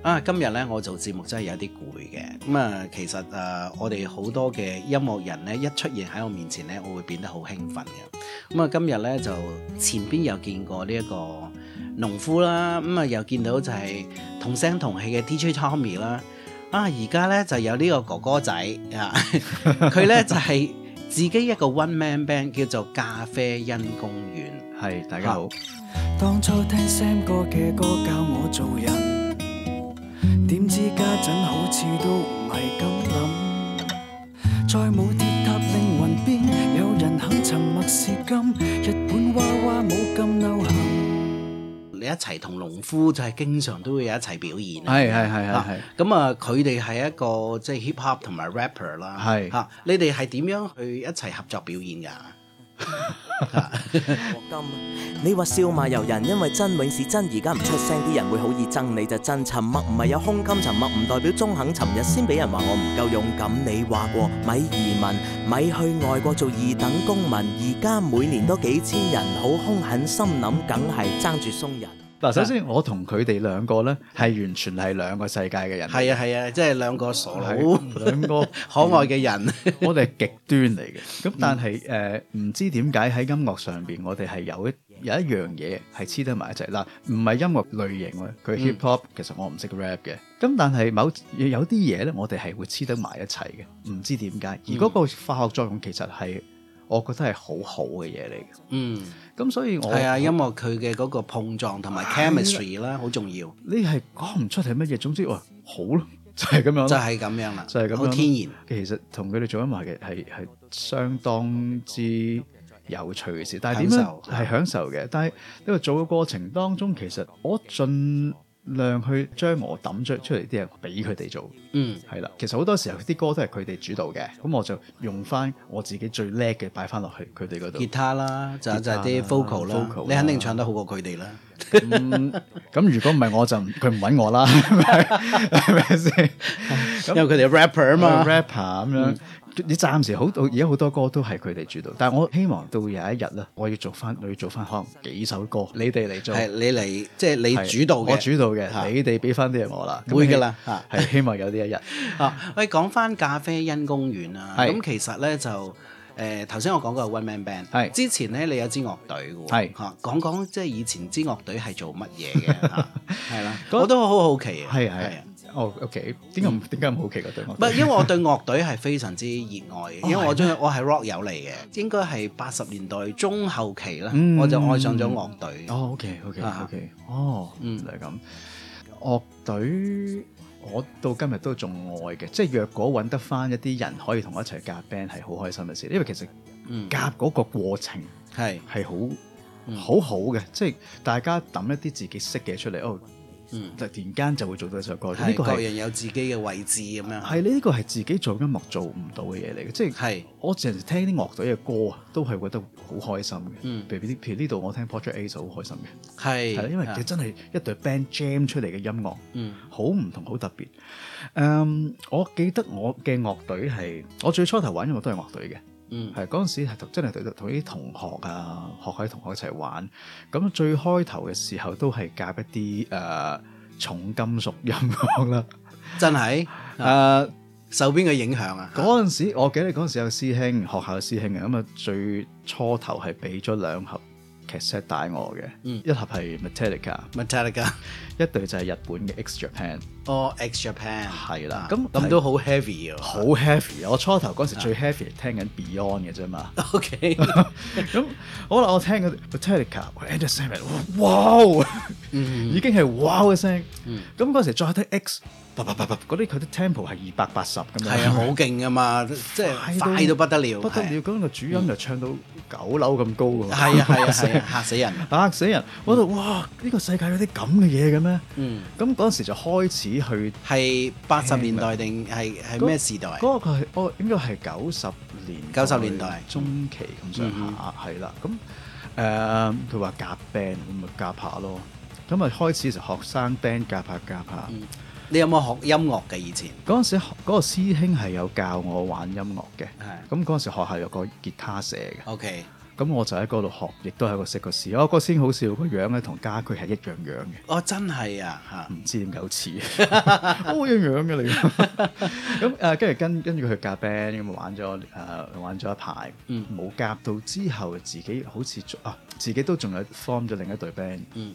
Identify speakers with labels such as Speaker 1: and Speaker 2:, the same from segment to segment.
Speaker 1: 啊，今日咧我做節目真係有啲攰嘅，咁啊，其實誒、呃我哋好多嘅音樂人咧一出現喺我面前咧，我會變得好興奮嘅。咁啊，今日咧就前邊又見過呢一個農夫啦，咁啊又見到就係同聲同氣嘅 DJ Tommy 啦。啊，而家咧就有呢個哥哥仔啊， 佢咧就係、自己一個 one man band 叫做咖啡因公園。
Speaker 2: 係，大家好。
Speaker 3: 當初聽 Sam 哥嘅歌教我做人，點知家陣好似都唔係咁諗。再冇鐵塔凌雲邊，有人肯沉默是金。日本娃娃冇咁流行，
Speaker 1: 你一齊同農夫就係經常都會有一齊表演啊。
Speaker 2: 係係係係係
Speaker 1: 啊。咁啊，佢哋係一個即係 hip hop 同埋 rapper 啦。
Speaker 2: 係
Speaker 1: 嚇，你哋係點樣去一齊合作表演㗎？
Speaker 4: 黃金，你話笑罵由人，因為真永是真，而家唔出聲啲人會好易憎你就真。沉默唔係有胸襟，沉默唔代表中肯。尋日先俾人話我唔夠勇敢，你話過咪移民，咪去外國做二等公民，而家每年都幾千人，好兇狠，心諗梗係爭住鬆人。
Speaker 2: 嗱，首先我同佢哋兩個咧係完全係兩個世界嘅人，
Speaker 1: 係啊係啊，即係兩個傻佬，
Speaker 2: 係兩個
Speaker 1: 可愛嘅人。
Speaker 2: 我哋係極端嚟嘅。咁但係誒，唔知點解喺音樂上邊，我哋係有一有一樣嘢係黐得埋一齊。嗱，唔係音樂類型喎，佢 hip hop，其實我唔識 rap 嘅。咁但係某有啲嘢咧，我哋係會黐得埋一齊嘅，唔知點解。而嗰個化學作用其實係我覺得係好好嘅嘢嚟嘅。
Speaker 1: 嗯，
Speaker 2: 咁所以我
Speaker 1: 係啊，音樂佢嘅嗰個碰撞同埋 chemistry 啦，好重要，
Speaker 2: 你係講唔出係乜嘢，總之哇好咯， 就係咁樣咯
Speaker 1: 就係咁樣啦，
Speaker 2: 就係咁樣
Speaker 1: 好
Speaker 2: 咯
Speaker 1: 天然。
Speaker 2: 其實同佢哋做音樂嘅係係相當之有趣嘅事，但係點
Speaker 1: 享
Speaker 2: 樣
Speaker 1: 受
Speaker 2: 係享受嘅？但係呢個做嘅過程當中，其實我盡量去將我抌出出嚟啲嘢俾佢哋做，
Speaker 1: 嗯
Speaker 2: 係啦。其實好多時候啲歌都係佢哋主導嘅，咁我就用翻我自己最叻嘅擺翻落去佢哋嗰度
Speaker 1: 吉。他啦，就
Speaker 2: 吉
Speaker 1: 就
Speaker 2: 他啦
Speaker 1: 係啲 vocal 啦
Speaker 2: vocal，啦
Speaker 1: 你肯定唱得好過佢哋啦。
Speaker 2: 咁咁如果唔係我就唔佢唔揾我啦，係咪係咪先？
Speaker 1: 因為佢哋 rapper 啊
Speaker 2: 嗯
Speaker 1: 嘛。
Speaker 2: 呃
Speaker 1: 嗯
Speaker 2: rapper 咁樣。你暫時好到而家好多歌都係佢哋主導，但係我希望到有一日咧，我要做翻，我要做翻可能幾首歌，你哋嚟做，
Speaker 1: 係你嚟，即係你
Speaker 2: 係
Speaker 1: 主導嘅。
Speaker 2: 我主導嘅，
Speaker 1: 嚇
Speaker 2: 你哋俾翻啲嘢我啦，咁
Speaker 1: 會
Speaker 2: 希
Speaker 1: 㗎啦嚇
Speaker 2: 係希望有呢一日，
Speaker 1: 啊，喂，講翻咖啡因公園啦，
Speaker 2: 係
Speaker 1: 咁其實咧就誒頭先我講過係 one man band，
Speaker 2: 係
Speaker 1: 之前咧你有支樂隊嘅喎，
Speaker 2: 係
Speaker 1: 嚇講講即係以前支樂隊係做乜嘢嘅 嚇，係啦，
Speaker 2: 嗰
Speaker 1: 我都好好奇啊，
Speaker 2: 係
Speaker 1: 係啊
Speaker 2: 係，
Speaker 1: 嗯
Speaker 2: 哦，OK，點解唔點解唔好奇嗰對我？
Speaker 1: 唔係因為我對樂隊係非常之熱愛
Speaker 2: 哦
Speaker 1: 嘅，因為我中意我係 rock 友嚟嘅，應該係八十年代中後期啦，
Speaker 2: 嗯
Speaker 1: 我就愛上咗樂隊，
Speaker 2: 哦，OK OK
Speaker 1: 啊
Speaker 2: OK，哦，
Speaker 1: 嗯
Speaker 2: 原來咁。樂隊我到今日都仲愛嘅，即係若果揾得翻一啲人可以同我一齊夾 band 係好開心嘅事，因為其實
Speaker 1: 嗯，
Speaker 2: 夾嗰個過程
Speaker 1: 係，
Speaker 2: 係好
Speaker 1: 嗯
Speaker 2: 好好嘅，即係大家抌一啲自己識嘅出嚟，哦，
Speaker 1: 嗯，
Speaker 2: 突然間就會做到一首歌。呢
Speaker 1: 係
Speaker 2: 個
Speaker 1: 各
Speaker 2: 係
Speaker 1: 人有自己嘅位置咁樣，
Speaker 2: 係呢個係自己做音樂做唔到嘅嘢嚟嘅，即係。
Speaker 1: 係，
Speaker 2: 我成日聽啲樂隊嘅歌啊，都係覺得好開心嘅。
Speaker 1: 嗯
Speaker 2: 譬如呢譬如呢度我聽 Project A 就好開心嘅，
Speaker 1: 係，
Speaker 2: 係
Speaker 1: 啊
Speaker 2: 啦因為佢真係一隊 band jam 出嚟嘅音樂，
Speaker 1: 嗯
Speaker 2: 好唔同，好特別。誒、嗯我記得我嘅樂隊係我最初頭玩音樂都係樂隊嘅，
Speaker 1: 嗯
Speaker 2: 係嗰陣時係同真係同同啲同學啊、 學喺同學一齊玩。咁最開頭嘅時候都係夾一啲誒、呃重金屬音樂啦。
Speaker 1: 真係。啊
Speaker 2: 誒、
Speaker 1: 受邊個影響啊？
Speaker 2: 嗰陣時，我記得嗰陣時有師兄，學校嘅師兄啊，咁啊最初頭係俾咗兩盒 cassette 帶我嘅，
Speaker 1: 嗯
Speaker 2: 一盒係 Metallica，
Speaker 1: Metallica
Speaker 2: 一對就係日本嘅 X Japan，
Speaker 1: 哦 X Japan
Speaker 2: 係啦
Speaker 1: 啊
Speaker 2: 咁
Speaker 1: 咁都好 heavy 喎。
Speaker 2: 好 heavy 啊。我初頭嗰陣時最 heavy 係聽緊 Beyond 嘅啫嘛，
Speaker 1: OK，
Speaker 2: 咁好啦，我聽嗰啲 Metallica、Enter Sandman，哇！
Speaker 1: 嗯
Speaker 2: 已經係哇嘅聲，
Speaker 1: 嗯
Speaker 2: 咁嗰時再聽 X，啪啪啪啪嗰啲佢啲 tempo 係二百八十咁樣，
Speaker 1: 係啊，好勁噶嘛，即係快到不得了，
Speaker 2: 不得了，
Speaker 1: 係啊
Speaker 2: 咁個主音就唱到九樓咁高喎，
Speaker 1: 係啊係啊係啊係嚇死人。
Speaker 2: 嚇死人！我度哇，呢、個世界有啲咁嘅嘢嘅咩？
Speaker 1: 嗯，
Speaker 2: 咁嗰陣時就開始去
Speaker 1: 係八十年代定係係咩時代？
Speaker 2: 嗰個係我應該係九十年代
Speaker 1: 90年代
Speaker 2: 中期咁上
Speaker 1: 嗯
Speaker 2: 下係啦。咁誒佢話夾 band 咁咪夾下咯。咁咪開始就學生 band 夾下夾下。
Speaker 1: 嗯你有冇學音樂嘅以前？
Speaker 2: 嗰陣時學嗰個師兄係有教我玩音樂嘅。
Speaker 1: 係
Speaker 2: 咁嗰陣時學校有個吉他社嘅。
Speaker 1: OK，
Speaker 2: 咁我就喺嗰度學，亦都係一個識個師。我、個師兄好笑，個樣咧同家駒係一樣樣嘅。
Speaker 1: 哦真係啊嚇，
Speaker 2: 唔知點解好似， 我一樣嘅你。咁誒，跟住跟跟住佢夾 band 咁玩咗誒、呃玩咗一排，
Speaker 1: 嗯
Speaker 2: 冇夾到之後，自己好似做啊，自己都仲有 form 咗另一隊 band。
Speaker 1: 嗯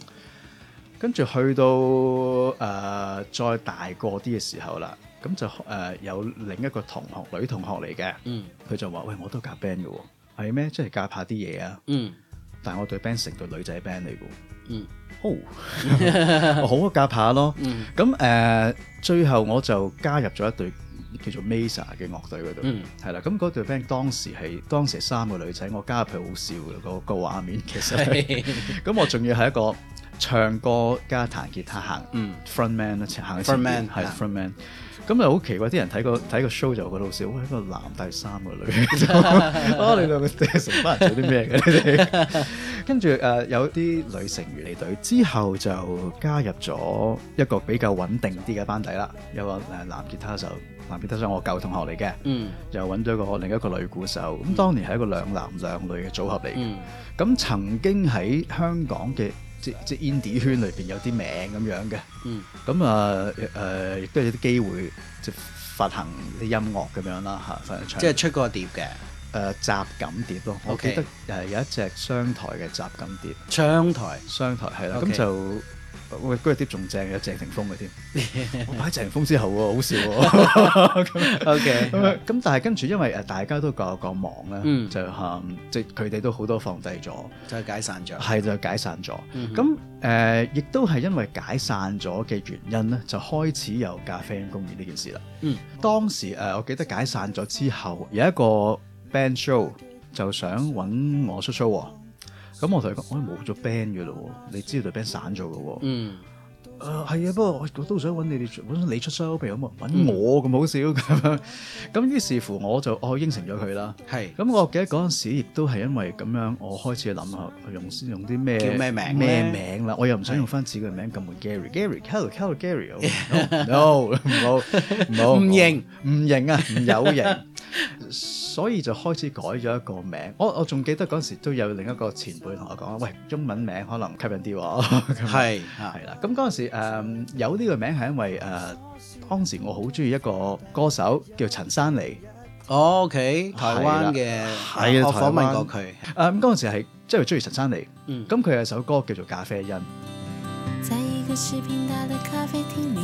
Speaker 2: 跟住去到誒、再大個啲嘅時候啦，咁就誒、呃有另一個同學女同學嚟嘅，
Speaker 1: 嗯
Speaker 2: 佢就話：喂，我都夾 band 嘅喎，係咩？即係夾下啲嘢啊！
Speaker 1: 嗯
Speaker 2: 但係我對 band 成隊女仔 band 嚟嘅喎。
Speaker 1: 嗯
Speaker 2: 哦，我好啊，夾下咯。
Speaker 1: 嗯
Speaker 2: 咁誒、呃最後我就加入咗一隊叫做 Mesa 嘅樂隊嗰度，
Speaker 1: 嗯
Speaker 2: 係啦、咁嗰隊 band 當時係當時係三個女仔，我加入去好笑嘅、個個畫面其實係。咁我仲要係一個唱歌加彈吉他行、
Speaker 1: 嗯
Speaker 2: frontman 啦，行喺前
Speaker 1: frontman，
Speaker 2: 面係
Speaker 1: 啊
Speaker 2: frontman。咁啊好奇怪，啲人睇個睇個 show 就覺得好笑，喂，一個男帶三個女， 啊你兩個成班人做啲咩嘅 你哋？跟住誒、呃有啲女成員離隊之後就加入咗一個比較穩定啲嘅班底啦，有個誒男吉他手，男吉他手我舊同學嚟嘅，
Speaker 1: 嗯
Speaker 2: 又揾咗個另一個女鼓手，咁當年係一個兩男兩女嘅組合嚟嘅。
Speaker 1: 嗯
Speaker 2: 咁曾經喺香港嘅即即 indie 圈裏邊有啲名咁樣嘅，
Speaker 1: 嗯
Speaker 2: 咁啊誒亦都有啲機會即發行啲音樂咁樣啦嚇，發行唱
Speaker 1: 即係出過碟嘅
Speaker 2: 誒雜錦碟咯。我
Speaker 1: OK
Speaker 2: 記得誒有一隻商台嘅雜錦碟，
Speaker 1: 窗台，
Speaker 2: 商台係啦，
Speaker 1: OK
Speaker 2: 咁就喂嗰隻碟仲正，有鄭霆鋒嘅添。 我買鄭霆鋒之後喎，好笑喎。咁
Speaker 1: OK
Speaker 2: 咁啊咁但係跟住因為誒大家都各有各忙啦，
Speaker 1: 嗯
Speaker 2: 就嚇即佢哋都好多放低咗。
Speaker 1: 就解散咗。
Speaker 2: 係就解散咗。
Speaker 1: 嗯哼
Speaker 2: 咁誒、呃亦都係因為解散咗嘅原因咧，就開始有咖啡因公園呢件事啦。
Speaker 1: 嗯，
Speaker 2: 當時誒、呃我記得解散咗之後，有一個 band show 就想揾我出 show 喎。咁我同佢講，我冇咗 band 嘅咯喎，你知道隊 band 散咗嘅喎。
Speaker 1: 嗯
Speaker 2: 誒係啊，不過我我都想揾你哋出，揾你出 show，譬如咁啊，
Speaker 1: 嗯
Speaker 2: 揾我咁好少咁樣。咁於是乎我就哦我應承咗佢啦。
Speaker 1: 係
Speaker 2: 咁我記得嗰陣時，亦都係因為咁樣，我開始諗下用用啲咩
Speaker 1: 叫咩名
Speaker 2: 咩
Speaker 1: 呢
Speaker 2: 名啦。我又唔想用翻自己嘅名咁悶 Gary Gary Hello Hello Gary 好 no 唔好唔好
Speaker 1: 唔認
Speaker 2: 唔認啊唔有型，所以就開始改咗一個名。我我仲記得嗰陣時都有另一個前輩同我講：喂，中文名可能吸引啲喎。咁樣
Speaker 1: 係啊嚇
Speaker 2: 係啦，咁嗰陣時、誒有呢個名係因為誒、呃、當時我好中意一個歌手叫陳珊妮。
Speaker 1: 哦，OK，台灣嘅，
Speaker 2: 係啊
Speaker 1: 我
Speaker 2: 台
Speaker 1: 訪問
Speaker 2: 灣
Speaker 1: 過佢，
Speaker 2: 誒咁嗰陣時係即係中意陳珊妮，
Speaker 1: 嗯
Speaker 2: 咁佢有首歌叫做《咖啡因》，
Speaker 5: 在一个食品大的咖啡厅里，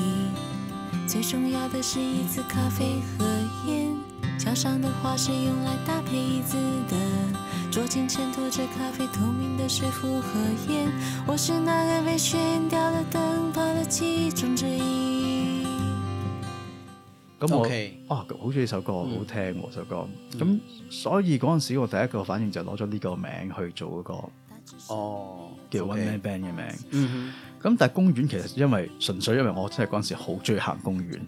Speaker 5: 最重要的是一次咖啡和烟。墙上的画是用来搭配椅子的，桌巾衬托着咖啡透明的水壶和烟。我是那个被炫掉的灯泡的其中之一。
Speaker 2: 咁我
Speaker 1: OK
Speaker 2: 啊好中意首歌，好聽喎首歌，咁所以嗰陣時我第一個反應就攞咗呢個名去做嗰個
Speaker 1: 哦，
Speaker 2: 叫
Speaker 1: OK
Speaker 2: One Man Band 嘅名。
Speaker 1: 嗯
Speaker 2: 咁但係公園其實因為純粹因為我真係嗰陣時好中意行公園。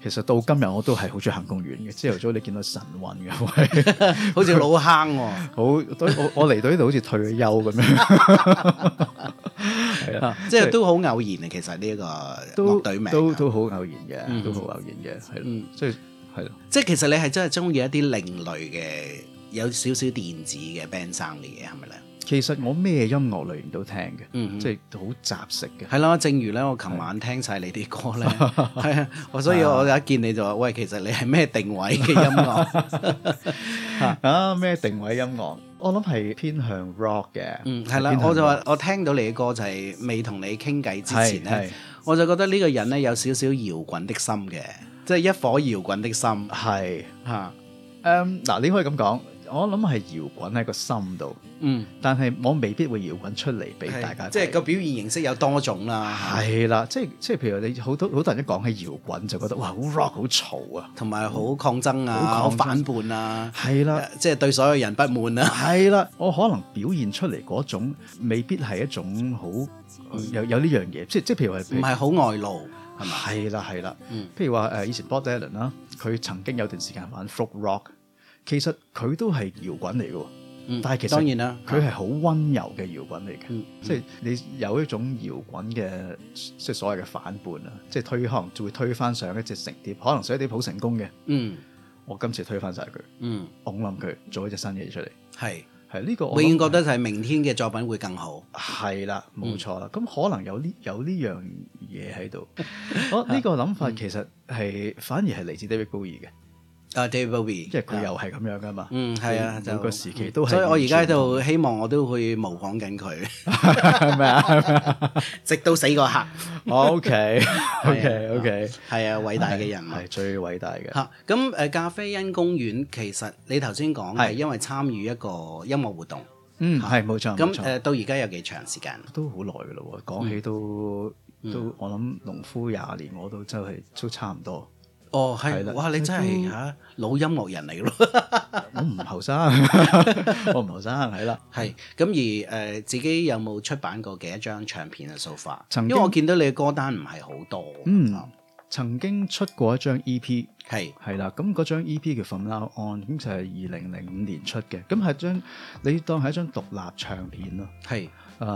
Speaker 2: 其實到今日我都係好中意行公園嘅，朝頭早你見到神運嘅，喂，
Speaker 1: 哼，好似老坑 喎，
Speaker 2: 好我我嚟到呢度好似退咗休咁 樣，係啊，
Speaker 1: 即係都好偶然啊。其實呢一個
Speaker 2: 都
Speaker 1: 樂隊名
Speaker 2: 都
Speaker 1: 啊。
Speaker 2: 都好偶然
Speaker 1: 嗯
Speaker 2: 嘅，都好偶然嘅，係
Speaker 1: 嗯
Speaker 2: 咯，即係係咯，
Speaker 1: 即係其實你係真係中意一啲另類嘅，有少少電子嘅 band 生嘅嘢，係咪咧？
Speaker 2: 其實我咩音樂類型都聽嘅，
Speaker 1: 嗯哼
Speaker 2: 即係好雜食嘅。
Speaker 1: 係啦，正如咧，我琴晚聽晒你啲 歌咧，係啊，我所以我一見你就話，喂，其實你係咩定位嘅音 樂？
Speaker 2: 啊，咩定位音樂？我諗係偏向 rock 嘅。
Speaker 1: 嗯，係啦
Speaker 2: 偏，向
Speaker 1: 我就
Speaker 2: rock
Speaker 1: 話我聽到你嘅歌就係未同你傾偈之前
Speaker 2: 係
Speaker 1: 咧
Speaker 2: 係，
Speaker 1: 我就覺得呢個人咧有少少搖滾的心嘅，即係一顆搖滾的心
Speaker 2: 係嗯
Speaker 1: 嚇。
Speaker 2: 誒嗱，你可以咁講我諗係搖滾喺個心度，
Speaker 1: 嗯，
Speaker 2: 但係我未必會搖滾出嚟俾大家睇。
Speaker 1: 即係個表現形式有多種啦，
Speaker 2: 係啦，即係即係譬如你好多好多人一講起搖滾就覺得哇好 rock 好嘈啊，
Speaker 1: 同埋好抗爭啊，
Speaker 2: 好
Speaker 1: 好
Speaker 2: 抗爭
Speaker 1: 反叛啊，
Speaker 2: 係啦。
Speaker 1: 誒即係對所有人不滿啊。
Speaker 2: 係啦，我可能表現出嚟嗰種未必係一種好有有呢樣嘢，即即譬如話
Speaker 1: 嗯唔係好外露，係咪？
Speaker 2: 係啦係啦
Speaker 1: 嗯，
Speaker 2: 譬如話呃誒以前 Bob Dylan 啦，佢曾經有段時間玩 folk rock，其實佢都係搖滾嚟嘅喎。
Speaker 1: 嗯
Speaker 2: 但係其實
Speaker 1: 當然啦，
Speaker 2: 佢係好温柔嘅搖滾嚟嘅，
Speaker 1: 嗯
Speaker 2: 即係你有一種搖滾嘅即係所謂嘅反叛啊，即係推可能就會推翻上一隻成碟，可能上一碟好成功嘅，
Speaker 1: 嗯
Speaker 2: 我今次推翻晒佢，
Speaker 1: 嗯
Speaker 2: 拱冧佢，做一隻新嘢出嚟，
Speaker 1: 係，
Speaker 2: 係呢、個
Speaker 1: 永
Speaker 2: 我諗
Speaker 1: 遠覺得嗯就係明天嘅作品會更好。
Speaker 2: 係啦，冇錯啦。咁、可能有呢有呢樣嘢喺 度，我呢、個諗
Speaker 1: 嗯
Speaker 2: 法其實係反而係嚟自 David Bowie 嘅，
Speaker 1: 啊，David Bowie，
Speaker 2: 因為佢又係咁樣噶嘛。
Speaker 1: 嗯係啊，
Speaker 2: 每
Speaker 1: 就
Speaker 2: 個時期都係
Speaker 1: 所以我而家喺度
Speaker 2: 完
Speaker 1: 希望我都會模仿緊佢，
Speaker 2: 全唔同係咪啊
Speaker 1: 直到死嗰刻。
Speaker 2: 哦？OK OK OK，
Speaker 1: 係啊，偉大嘅人啊
Speaker 2: 係最偉大嘅。
Speaker 1: 嚇咁誒，咖啡因公園其實你頭先講係
Speaker 2: 係
Speaker 1: 因為參與一個音樂活動，
Speaker 2: 嗯，係冇錯，
Speaker 1: 咁
Speaker 2: 冇
Speaker 1: 誒、
Speaker 2: 錯，
Speaker 1: 到而家有幾長時間？啊
Speaker 2: 都好耐嘅咯喎。講起都都，我諗農夫廿年我都真係都差唔多，
Speaker 1: 哦，係
Speaker 2: 係，啦
Speaker 1: 哇！你真係
Speaker 2: 都
Speaker 1: 嚇、老音樂人 嚟咯，
Speaker 2: 我唔後生，我唔後生，係啦。
Speaker 1: 係咁而誒、呃自己有冇出版過幾多張唱片啊？so far，
Speaker 2: 曾
Speaker 1: 因
Speaker 2: 經
Speaker 1: 為我見到你嘅歌單唔係好多，
Speaker 2: 嗯
Speaker 1: 啊，
Speaker 2: 曾經出過一張 EP，
Speaker 1: 係
Speaker 2: 係啦，咁嗰張 EP 叫 From Now On，咁就係二零零五年出嘅，咁係張你當係一張獨立唱片咯。
Speaker 1: 係
Speaker 2: 誒，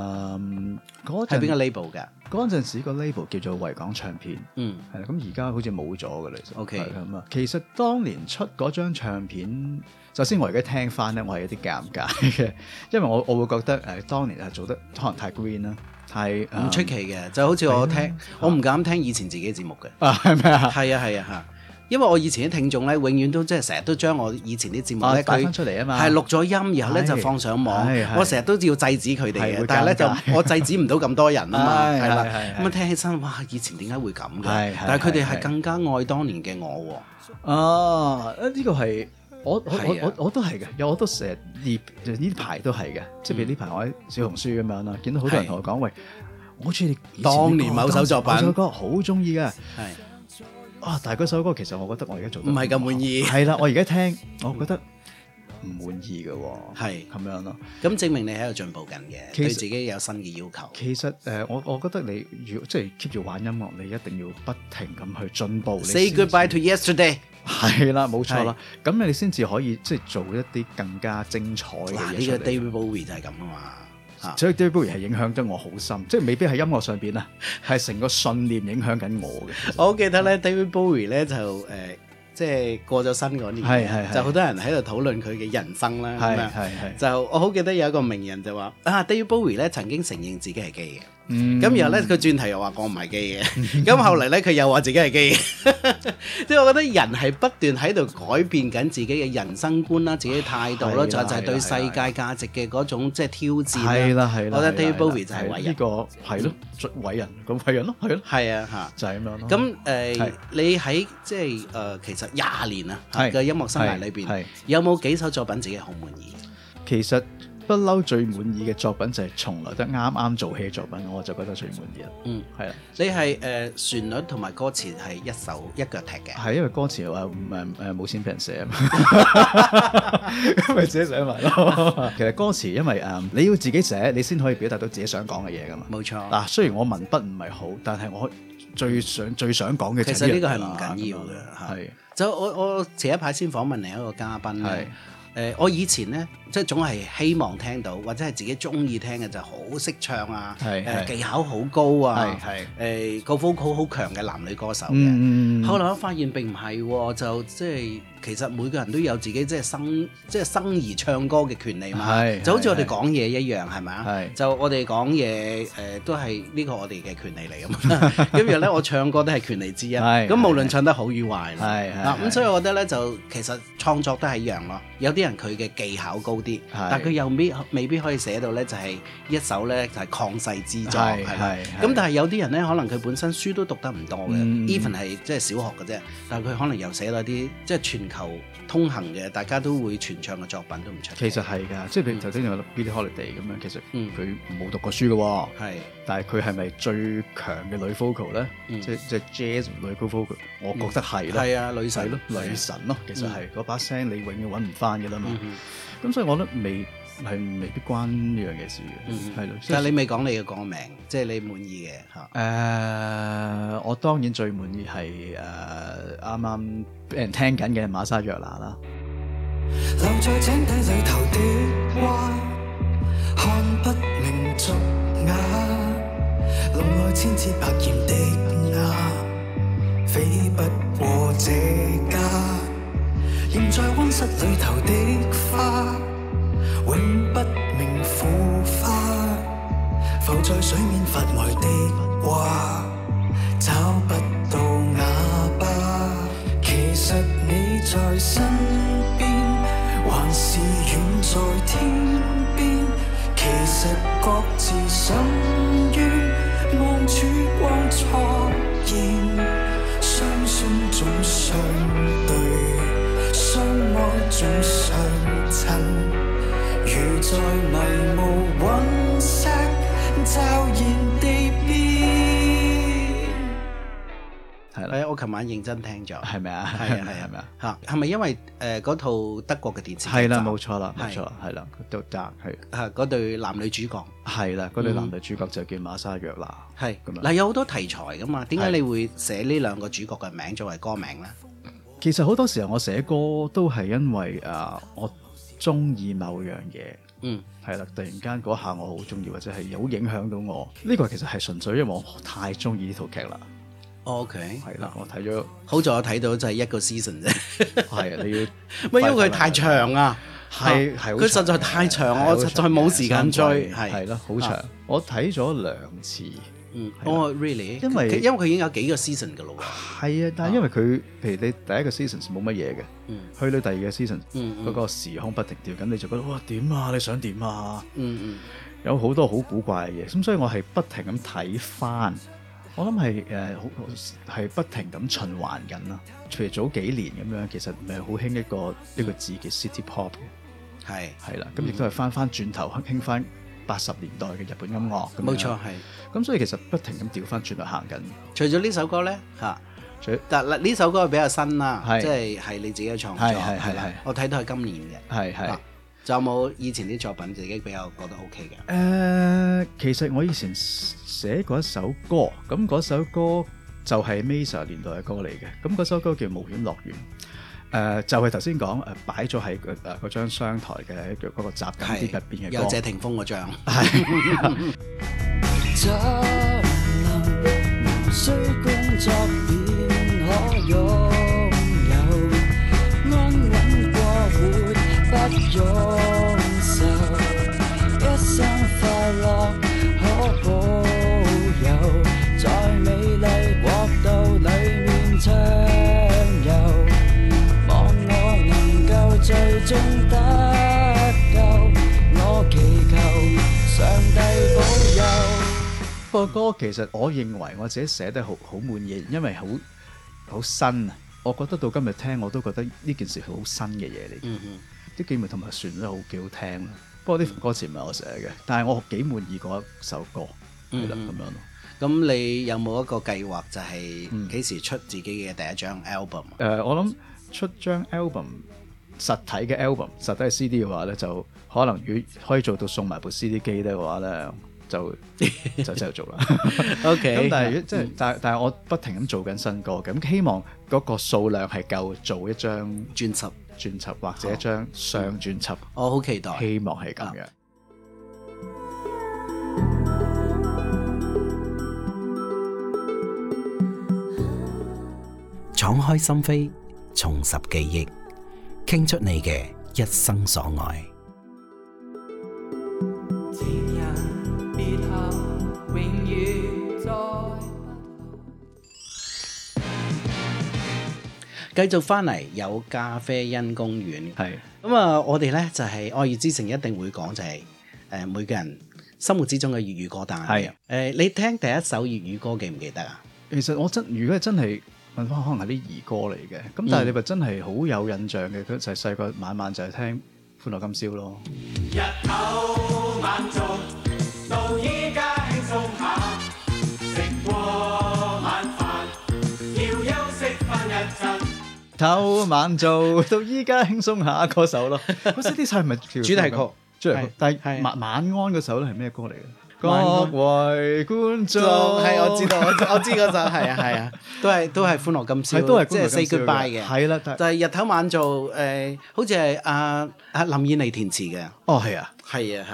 Speaker 2: 嗰
Speaker 1: 係邊個
Speaker 2: 陣
Speaker 1: label 㗎？
Speaker 2: 嗰陣時個 label 叫做維港唱片。
Speaker 1: 嗯
Speaker 2: 係啦，咁而家好似冇咗嘅啦。其實
Speaker 1: OK
Speaker 2: 係咁啊。其實當年出嗰張唱片，首先我而家聽翻咧，我係有啲尷尬嘅， 因為我我會覺得誒、呃、當年係做得可能太 green 啦，太唔
Speaker 1: 唔出奇嘅，就好似我聽，我唔敢聽以前自己節目嘅。
Speaker 2: 啊，係咪啊？
Speaker 1: 係啊係啊嚇，因為我以前啲聽眾咧，永遠都即係成日都將我以前啲節目咧，
Speaker 2: 啊擺
Speaker 1: 佢
Speaker 2: 返出嚟啊嘛
Speaker 1: 係錄咗音，然後咧
Speaker 2: 係
Speaker 1: 就放上網
Speaker 2: 係，係
Speaker 1: 我成日都要制止佢哋
Speaker 2: 係
Speaker 1: 嘅
Speaker 2: 會，
Speaker 1: 但係咧
Speaker 2: 尷尬
Speaker 1: 就我制止唔到咁多人啊嘛，
Speaker 2: 係
Speaker 1: 係啦
Speaker 2: 係係，係
Speaker 1: 咁啊聽起身哇，以前點解會咁嘅
Speaker 2: 係係？
Speaker 1: 但係佢
Speaker 2: 係
Speaker 1: 哋係
Speaker 2: 係
Speaker 1: 更加愛當年嘅我
Speaker 2: 啊，呢個係我我我
Speaker 1: 係啊
Speaker 2: 我我都係嘅，有我都成日呢呢排都係嘅，即係譬
Speaker 1: 嗯
Speaker 2: 如呢排我喺小紅書咁樣啦，見到好多人
Speaker 1: 係
Speaker 2: 同我講喂，我中意你以前呢
Speaker 1: 當年
Speaker 2: 個
Speaker 1: 某首作品
Speaker 2: 某首歌好中意嘅。
Speaker 1: 喎，係
Speaker 2: 啊！但係嗰首歌其實我覺得我而家做得
Speaker 1: 唔係咁滿意
Speaker 2: 係 啦，我而家聽，
Speaker 1: 嗯
Speaker 2: 我覺得唔滿意嘅喎。
Speaker 1: 係
Speaker 2: 咁樣咯。
Speaker 1: 咁證明你喺度進步緊嘅，
Speaker 2: 其實
Speaker 1: 對自己有新嘅要求。
Speaker 2: 其實誒、呃我我覺得你如即係 keep 住玩音樂，你一定要不停咁去進步。你
Speaker 1: Say
Speaker 2: 先至
Speaker 1: goodbye to yesterday。
Speaker 2: 係啦，冇錯啦。咁你先至可以即係做一啲更加精彩嘅
Speaker 1: 嗱，
Speaker 2: 嘢
Speaker 1: 呢個
Speaker 2: 出嚟。
Speaker 1: David Bowie 就係咁 啊嘛，嚇
Speaker 2: 所以 David Bowie 係影響得我好深，即係未必係音樂上邊啊，係成個信念影響緊我嘅。
Speaker 1: 我好記得咧，David Bowie 咧就誒、呃即係過咗身嗰年，
Speaker 2: 係係係
Speaker 1: 就好多人喺度討論佢嘅人生啦。咁
Speaker 2: 係
Speaker 1: 樣
Speaker 2: 係係
Speaker 1: 就我好記得有一個名人就話啊，David Bowie 咧曾經承認自己係基嘅，
Speaker 2: 嗯
Speaker 1: 咁、然後咧佢轉頭又話我唔係基 嘅，咁後嚟咧佢又話自己係基嘅， 即係我覺得人係不斷喺度改變緊自己嘅人生觀啦、自己嘅態度啦，
Speaker 2: 係啦
Speaker 1: 仲有就係對世
Speaker 2: 係啦
Speaker 1: 界價值嘅嗰種即係挑戰啦。
Speaker 2: 係啦係啦，
Speaker 1: 啊我
Speaker 2: 係啦
Speaker 1: 覺得 David Bowie 就係偉
Speaker 2: 呢
Speaker 1: 人
Speaker 2: 個，係咯，偉人咁偉人咯，係咯，
Speaker 1: 係啊嚇。
Speaker 2: 就係咁樣咯。
Speaker 1: 咁誒
Speaker 2: 哦係，
Speaker 1: 你喺即係誒，其實廿年啊
Speaker 2: 係
Speaker 1: 嘅音樂生涯裏邊
Speaker 2: 係係，
Speaker 1: 有冇幾首作品自己好滿意？
Speaker 2: 其實不嬲最滿意嘅作品就係從來都啱啱做戲嘅作品，我就覺得最滿意啦。
Speaker 1: 嗯，
Speaker 2: 係啦，
Speaker 1: 你係誒旋律同埋歌詞係一手一腳踢嘅，
Speaker 2: 係因為歌詞話唔誒誒冇錢俾人寫 啊嘛，咁咪自己寫埋咯。其實歌詞因為誒、嗯你要自己寫，你先可以表達到自己想講嘅嘢噶嘛。
Speaker 1: 冇錯。
Speaker 2: 嗱，雖然我文筆唔係好，但係我最想最想講嘅就
Speaker 1: 其實呢個係
Speaker 2: 樣
Speaker 1: 唔
Speaker 2: 啦
Speaker 1: 緊要
Speaker 2: 咁
Speaker 1: 嘅
Speaker 2: 樣
Speaker 1: 嚇
Speaker 2: 係
Speaker 1: 就我我前一排先訪問另一個嘉賓咧
Speaker 2: 係，
Speaker 1: 誒我以前咧即係總係希望聽到或者係自己中意聽嘅就好識唱啊，
Speaker 2: 係
Speaker 1: 誒
Speaker 2: 係
Speaker 1: 技巧好高啊
Speaker 2: 係，係
Speaker 1: 誒個 vocal 好強嘅男女歌手嘅。
Speaker 2: 嗯，
Speaker 1: 後來我發現並唔係喎，就即係其實每個人都有自己即係生即係生而唱歌嘅權利嘛，
Speaker 2: 係
Speaker 1: 就好似我哋
Speaker 2: 係
Speaker 1: 講嘢一樣係咪啊？
Speaker 2: 係
Speaker 1: 就我哋講嘢誒都係呢個我哋嘅權利嚟㗎嘛。咁然後咧，我唱歌都係權利之一。
Speaker 2: 係
Speaker 1: 咁無論
Speaker 2: 係
Speaker 1: 唱得好與壞啦，
Speaker 2: 係係
Speaker 1: 嗱咁
Speaker 2: 係
Speaker 1: 所以我覺得咧就其實創作都係一樣咯。有啲人佢嘅技巧高啲，但佢又未未必可以寫到咧就係一首咧就係曠世之作
Speaker 2: 係
Speaker 1: 係啦
Speaker 2: 係係
Speaker 1: 咁但係有啲人咧，可能佢本身書都讀得唔多嘅
Speaker 2: 嗯
Speaker 1: ，even 係即係小學嘅啫，但係佢可能又寫到一啲即係全球通行嘅，大家都會傳唱嘅作品都唔出
Speaker 2: 其
Speaker 1: 奇。
Speaker 2: 實係㗎，即係譬如頭先有 Billie Holiday 咁樣，其實
Speaker 1: 嗯
Speaker 2: 佢冇讀過書嘅喎，
Speaker 1: 係
Speaker 2: 但係佢係咪最強嘅女 vocal 咧？
Speaker 1: 嗯
Speaker 2: 即即 jazz 女高 vocal，我覺得係啦，
Speaker 1: 係啊，女
Speaker 2: 係
Speaker 1: 神啊
Speaker 2: 咯，女神咯，其實係嗰把聲你永遠揾唔翻嘅啦嘛。
Speaker 1: 嗯哼
Speaker 2: 咁所以我覺得未係未必關呢樣嘢事
Speaker 1: 嗯
Speaker 2: 嘅，
Speaker 1: 哼
Speaker 2: 係咯。
Speaker 1: 但係
Speaker 2: 你
Speaker 1: 你未講你嘅歌名，即係你滿意嘅嚇。
Speaker 2: 誒，我當然最滿意係誒啱啱俾人聽緊嘅馬莎約拿啦。
Speaker 3: 留在井底裏頭的蛙，看不明俗雅，籠內千姿百豔的鴉，飛不過這家。仍在温室裏頭的花，永不明腐化，浮在水面發呆的蛙，找不到啞巴。其實你在身邊，還是遠在天邊？其實各自深淵，望曙光錯現。相信總相對，相愛總相襯。如在迷霧隕石驟然地變。
Speaker 2: 係啦，
Speaker 1: 係啊，我琴晚認真聽咗。
Speaker 2: 係咪啊？
Speaker 1: 係啊係
Speaker 2: 係咪啊
Speaker 1: 啊？嚇，係咪因為誒嗰套德國嘅電視劇集？
Speaker 2: 係啦，冇錯啦，冇
Speaker 1: 係
Speaker 2: 錯啦，係啦，都得係
Speaker 1: 嚇，嗰對男女主角
Speaker 2: 係啦，嗰對
Speaker 1: 嗯
Speaker 2: 男女主角就叫馬莎約拿。
Speaker 1: 係
Speaker 2: 咁樣啊
Speaker 1: 嗱，有好多題材噶嘛，點解
Speaker 2: 係
Speaker 1: 你會寫呢兩個主角嘅名作為歌名咧？嗯
Speaker 2: 其實好多時候我寫歌都係因為啊、我中意某樣嘢，
Speaker 1: 嗯
Speaker 2: 係啦，突然間嗰下我好中意，或者係好影響到我。呢、個其實係純粹因為我太中意呢套劇啦，哦
Speaker 1: ，OK，
Speaker 2: 係啦，我睇咗，
Speaker 1: 好在我睇到就係一個 season 啫，
Speaker 2: 係 啊，你要
Speaker 1: 唔係因為佢太長啊，
Speaker 2: 係係
Speaker 1: 啊
Speaker 2: 好
Speaker 1: 佢
Speaker 2: 長
Speaker 1: 實在
Speaker 2: 嘅
Speaker 1: 太長，
Speaker 2: 係
Speaker 1: 我
Speaker 2: 好
Speaker 1: 實在
Speaker 2: 長
Speaker 1: 冇
Speaker 2: 嘅
Speaker 1: 時間
Speaker 2: 三季
Speaker 1: 追，
Speaker 2: 係啦，好
Speaker 1: 啊
Speaker 2: 長，我睇咗兩次。
Speaker 1: 嗯，
Speaker 2: 係啦啊
Speaker 1: 哦，really，
Speaker 2: 因為
Speaker 1: 佢因為佢已經有幾個 season 噶咯喎，
Speaker 2: 係啊，但係因為佢，譬如你第一個 season 冇乜嘢嘅，
Speaker 1: 嗯
Speaker 2: 去到第二個 season，嗰、
Speaker 1: 嗯嗯
Speaker 2: 個時空不停調緊，你就覺得哇點啊，你想點啊？
Speaker 1: 嗯嗯，
Speaker 2: 有好多好古怪嘅嘢，咁所以我係不停咁睇翻，我諗係誒好係不停咁循環緊啦。譬如早幾年咁樣，其實咪好興一個一個字叫 City Pop 嘅，
Speaker 1: 係，
Speaker 2: 係啦，
Speaker 1: 嗯
Speaker 2: 咁亦都係翻翻轉頭興翻八十年代嘅日本音樂咁樣
Speaker 1: 冇錯，係。
Speaker 2: 咁所以其實不停咁調翻轉頭行緊，
Speaker 1: 除咗呢首歌咧嚇，
Speaker 2: 除
Speaker 1: 但嗱呢首歌比較新啦，
Speaker 2: 係
Speaker 1: 即係係你自己嘅創作
Speaker 2: 係係
Speaker 1: 係啦
Speaker 2: 係係
Speaker 1: 我睇到係今年嘅。
Speaker 2: 係係
Speaker 1: 啊。仲有冇以前啲作品自己比較覺得 OK 嘅？
Speaker 2: 誒、其實我以前寫過一首歌，咁嗰首歌就係 Mesa 年代嘅歌嚟嘅，咁嗰首歌叫《冒險樂園》。誒、就係頭先講誒擺咗喺個誒嗰張商台嘅嗰個雜
Speaker 1: 係
Speaker 2: 錦碟入邊嘅
Speaker 1: 有謝
Speaker 2: 歌，
Speaker 1: 霆鋒個像，
Speaker 3: 怎能無需工作便可擁有安穩過活，不用愁，一生快樂可保有，在美麗國度裏面暢遊。望我能夠最終得救，我祈求上帝保佑。
Speaker 2: 個歌其實我認為我自己寫得好好滿意，因為好好新啊！我覺得到今日聽我都覺得呢件事係好新嘅嘢嚟嘅。
Speaker 1: 嗯嗯，
Speaker 2: 啲幾門同埋旋律好幾好聽啦。不過啲歌詞唔係我寫嘅，但係我幾滿意嗰一首歌，係啦
Speaker 1: 嗯嗯
Speaker 2: 咁樣咯。
Speaker 1: 咁你有冇一個計劃就係
Speaker 2: 嗯
Speaker 1: 幾時出自己嘅第一張 album？
Speaker 2: 誒、呃我諗出張 album 實體嘅 album，實體嘅 CD 嘅話咧，就可能如果可以做到送埋部 CD 機咧嘅話咧，就就真係做啦。
Speaker 1: OK
Speaker 2: 咁但係如果即係但但係我不停咁做緊新歌，咁希望嗰個數量係夠做一張
Speaker 1: 專輯，
Speaker 2: 專輯或者一張雙專輯，
Speaker 1: 我好期待。
Speaker 2: 希望係咁樣。
Speaker 4: 敞開心扉，重拾記憶，傾出你嘅一生所愛。
Speaker 6: 前人別後，永遠再不老。
Speaker 1: 繼續翻嚟有咖啡因公園，
Speaker 2: 係
Speaker 1: 咁啊，我哋咧就係愛粵之城一定會講就係、誒每個人心目之中嘅粵語歌單。
Speaker 2: 係
Speaker 1: 誒，你聽第一首粵語歌記唔記得啊？
Speaker 2: 其實我真如果真係問翻可能係啲兒歌嚟嘅，
Speaker 1: 嗯
Speaker 2: 咁但係你咪真係好有印象嘅，佢就係細個晚晚就係聽《歡樂今宵》咯。
Speaker 7: 日頭晚做，到依家輕鬆下，食過晚飯，要休息翻一陣。
Speaker 2: 頭晚做到依家輕鬆下嗰首 咯，嗰 CD 係咪叫主
Speaker 1: 題曲
Speaker 2: 主題曲
Speaker 1: 係，
Speaker 2: 但係
Speaker 1: 係
Speaker 2: 晚晚安嗰首咧係咩歌嚟嘅？各
Speaker 1: 晚安
Speaker 2: 位觀眾，
Speaker 1: 係我知道，我知我知嗰陣係啊係啊，都係都係歡樂今宵，
Speaker 2: 係都係
Speaker 1: 即係 say
Speaker 2: 歡樂今宵
Speaker 1: goodbye 嘅。
Speaker 2: 係啦，但係
Speaker 1: 但係日頭晚做誒，好似係阿阿林燕妮填詞嘅，
Speaker 2: 哦係啊，
Speaker 1: 係啊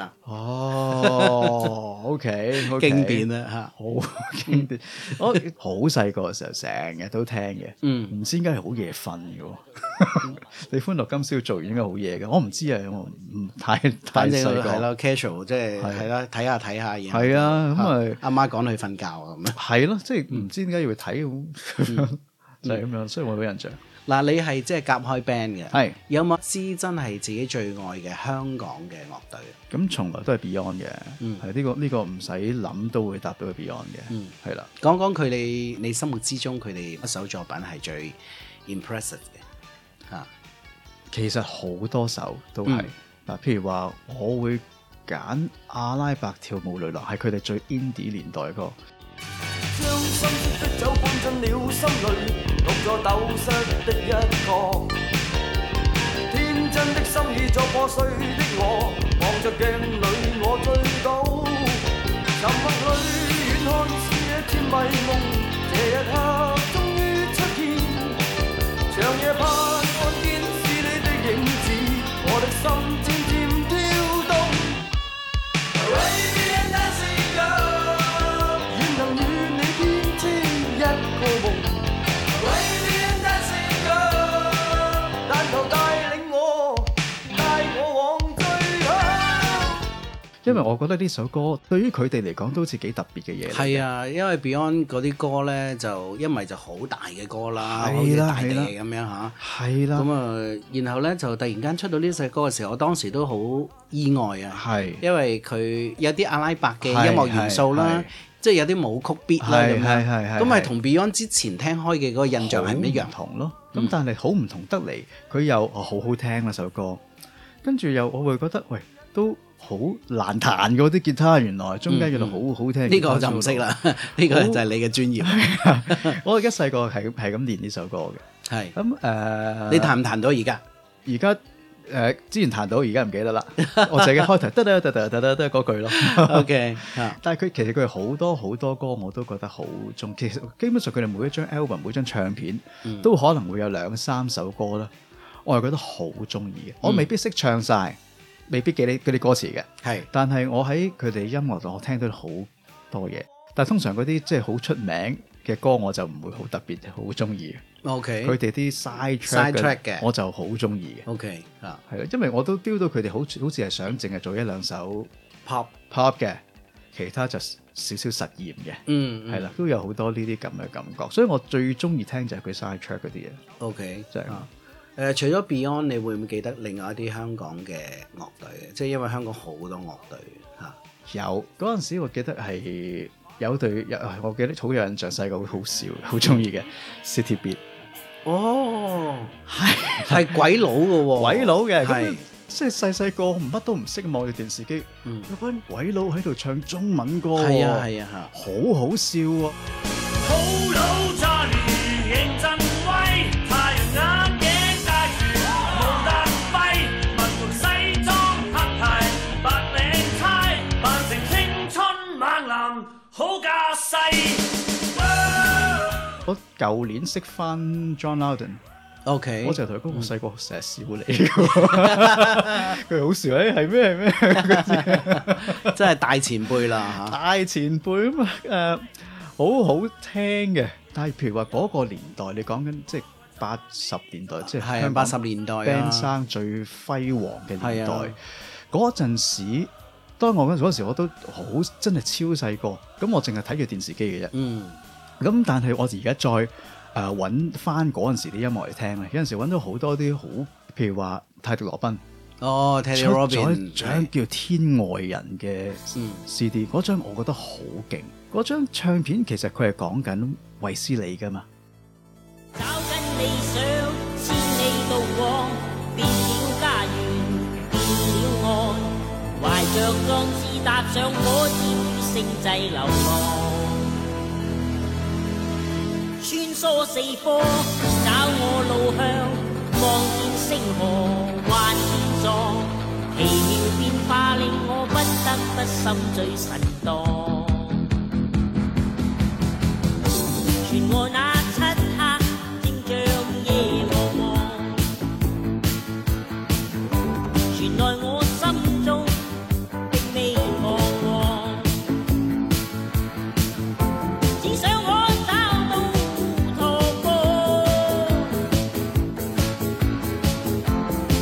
Speaker 2: 哦
Speaker 1: 嚇，
Speaker 2: OK，
Speaker 1: 經典啊嗯嚇，
Speaker 2: 好經典。我好細個嘅時候，成日都聽嘅。
Speaker 1: 嗯
Speaker 2: 唔知點解係好夜瞓嘅喎。 你歡樂今宵做完應該好夜嘅，我唔知啊，我唔太太
Speaker 1: 反正
Speaker 2: 細個。
Speaker 1: 係咯，casual 即係
Speaker 2: 係
Speaker 1: 係啦，睇下睇下嘢。
Speaker 2: 係啊，咁啊
Speaker 1: 阿媽趕佢瞓覺啊咁樣。
Speaker 2: 係咯，即
Speaker 1: 嗯
Speaker 2: 係唔知點解要睇咁， 就係咁樣，所以我好印象。
Speaker 1: 嗱，你係即係夾開 band 嘅，
Speaker 2: 係
Speaker 1: 有冇一支真係自己最愛嘅香港嘅樂隊？
Speaker 2: 咁從來都係 Beyond 嘅，
Speaker 1: 嗯
Speaker 2: 係呢個呢個唔使諗都會答到佢 Beyond 嘅
Speaker 1: 嗯，
Speaker 2: 係啦。
Speaker 1: 講講佢哋，你心目之中佢哋一首作品係最 impressive 嘅嚇。
Speaker 2: 其實好多首都係
Speaker 1: 嗯
Speaker 2: 嗱，譬如話我會揀阿拉伯跳舞女郎，係佢哋最 indie 年代嘅歌。
Speaker 1: 嗯
Speaker 7: 將心中的酒灌進了心裏，獨坐斗室的一角。天真的心已作破碎的我，望着鏡裏我醉倒。沉默裏遠看似一片迷夢，這一刻終於出現。長夜盼看見是你的影子，我的心漸漸跳動。Arabian Dancing Girl，願能與你編織一個夢。Arabian Dancing Girl，但求帶領我，帶我往最響。
Speaker 2: 因為我覺得呢首歌對於佢哋嚟講都似幾特別嘅嘢嚟。
Speaker 1: 係啊，因為 Beyond 嗰啲歌咧，就因為就好大嘅歌啦，
Speaker 2: 係啦
Speaker 1: 好似大地
Speaker 2: 係啦
Speaker 1: 咁樣嚇。
Speaker 2: 係啦，
Speaker 1: 咁啊，然後咧就突然間出到呢首歌嘅時候，我當時都好意外啊，
Speaker 2: 係
Speaker 1: 因為佢有啲阿拉伯嘅
Speaker 2: 係
Speaker 1: 音樂元素
Speaker 2: 係
Speaker 1: 啦
Speaker 2: 係，
Speaker 1: 即係有啲舞曲 beat 啦
Speaker 2: 係
Speaker 1: 咁
Speaker 2: 係係係
Speaker 1: 樣，咁咪同 Beyond 之前聽開嘅嗰個印象係唔一嗯樣
Speaker 2: 好唔。同咯。咁但係好唔同得嚟，佢又哦好好聽嗰首歌，跟住又我會覺得喂都好難彈嗰啲吉他，原來中間原來好好聽。
Speaker 1: 嗯呢個我就唔識。啦， 呢個就係你嘅專 業。
Speaker 2: 我而家細個係係咁練呢首歌嘅。
Speaker 1: 係
Speaker 2: 咁呃誒，
Speaker 1: 你彈唔彈到而 家？
Speaker 2: 而家誒之前彈到，而家唔記得啦。 我自己開頭得得得得得得得嗰句咯。
Speaker 1: OK，啊
Speaker 2: 但係佢其實佢好多好多歌我都覺得好中，其實基本上佢哋每一張 album 每張唱片、
Speaker 1: 嗯
Speaker 2: 都可能會有兩三首歌啦，我係覺得好中意嘅。
Speaker 1: 嗯
Speaker 2: 我未必識唱晒，未必記得嗰啲歌詞嘅，
Speaker 1: 係
Speaker 2: 但係我喺佢哋音樂度我聽到好多嘢。但係通常嗰啲即係好出名嘅歌我就唔會好特別好中意嘅，
Speaker 1: OK，
Speaker 2: 佢哋啲 side
Speaker 1: Side track
Speaker 2: track 嘅
Speaker 1: 嘅
Speaker 2: 我就好中意嘅。
Speaker 1: OK 啊
Speaker 2: 係啦，因為我都丟到佢哋好似好似係想淨係做一兩首
Speaker 1: pop，
Speaker 2: pop 嘅，其他就少少實驗嘅，
Speaker 1: 嗯
Speaker 2: 係啦、都有好多呢啲咁嘅感覺。所以我最中意聽就係佢 side track 嗰啲嘢，
Speaker 1: OK
Speaker 2: 就係咁
Speaker 1: 啊。誒，除咗 Beyond，你會唔會記得另外一啲香港嘅樂隊？即係因為香港好多樂隊嚇。
Speaker 2: 有嗰陣時，我記得係有對有，我記得好有印象，細個會好笑， 好中意嘅 City Beat
Speaker 1: 哦，係係鬼佬嘅喎，
Speaker 2: 鬼佬嘅，
Speaker 1: 係
Speaker 2: 咁即係細細個乜都唔識，望住電視機，
Speaker 1: 嗯
Speaker 2: 有班鬼佬喺度唱中文歌，
Speaker 1: 係啊係啊嚇。
Speaker 2: 好好笑喎、
Speaker 7: 好老炸年，認真威，太陽眼鏡戴住，冇得揮，民族西裝黑鞋，白領呔，扮成青春猛男，好架勢。
Speaker 2: 我舊年識翻 John Loudon。
Speaker 1: OK，
Speaker 2: 我就同佢講，我細個成日笑你嘅喎，佢好笑，誒係咩係咩 嗰啲，
Speaker 1: 真係大前輩啦
Speaker 2: 大前輩啊嘛，誒、好好聽嘅。但係譬如話嗰個年代，你講緊即係八十年代， 即
Speaker 1: 嚇。
Speaker 2: 係
Speaker 1: 係啊
Speaker 2: 香
Speaker 1: 八
Speaker 2: 港
Speaker 1: 十年代
Speaker 2: band
Speaker 1: 啊，
Speaker 2: 生最輝煌嘅年
Speaker 1: 係啊
Speaker 2: 代，嗰陣時。當我嗰陣嗰陣時，我都好真係超細個，咁我淨係睇住電視機嘅啫。
Speaker 1: 嗯
Speaker 2: 咁但係我而家再誒揾翻嗰陣時啲音樂嚟聽啊咧，有陣時揾到好多啲好，譬如話泰迪羅賓
Speaker 1: 哦，Teddy
Speaker 2: 出咗
Speaker 1: Robin
Speaker 2: 一張叫《天外人》嘅
Speaker 1: 嗯
Speaker 2: CD，嗰張我覺得好勁。嗰張唱片其實佢係講緊衛斯理噶嘛，
Speaker 8: 理想，千里到往，變了家園，變了岸，懷着壯志踏上火箭與星際流浪，穿梭四方，找我路向，望見星河，幻變壯，奇妙變化令我不得不心醉神蕩。全我那漆黑，正像夜茫茫。原來我心中並未彷徨，只想我找到途方，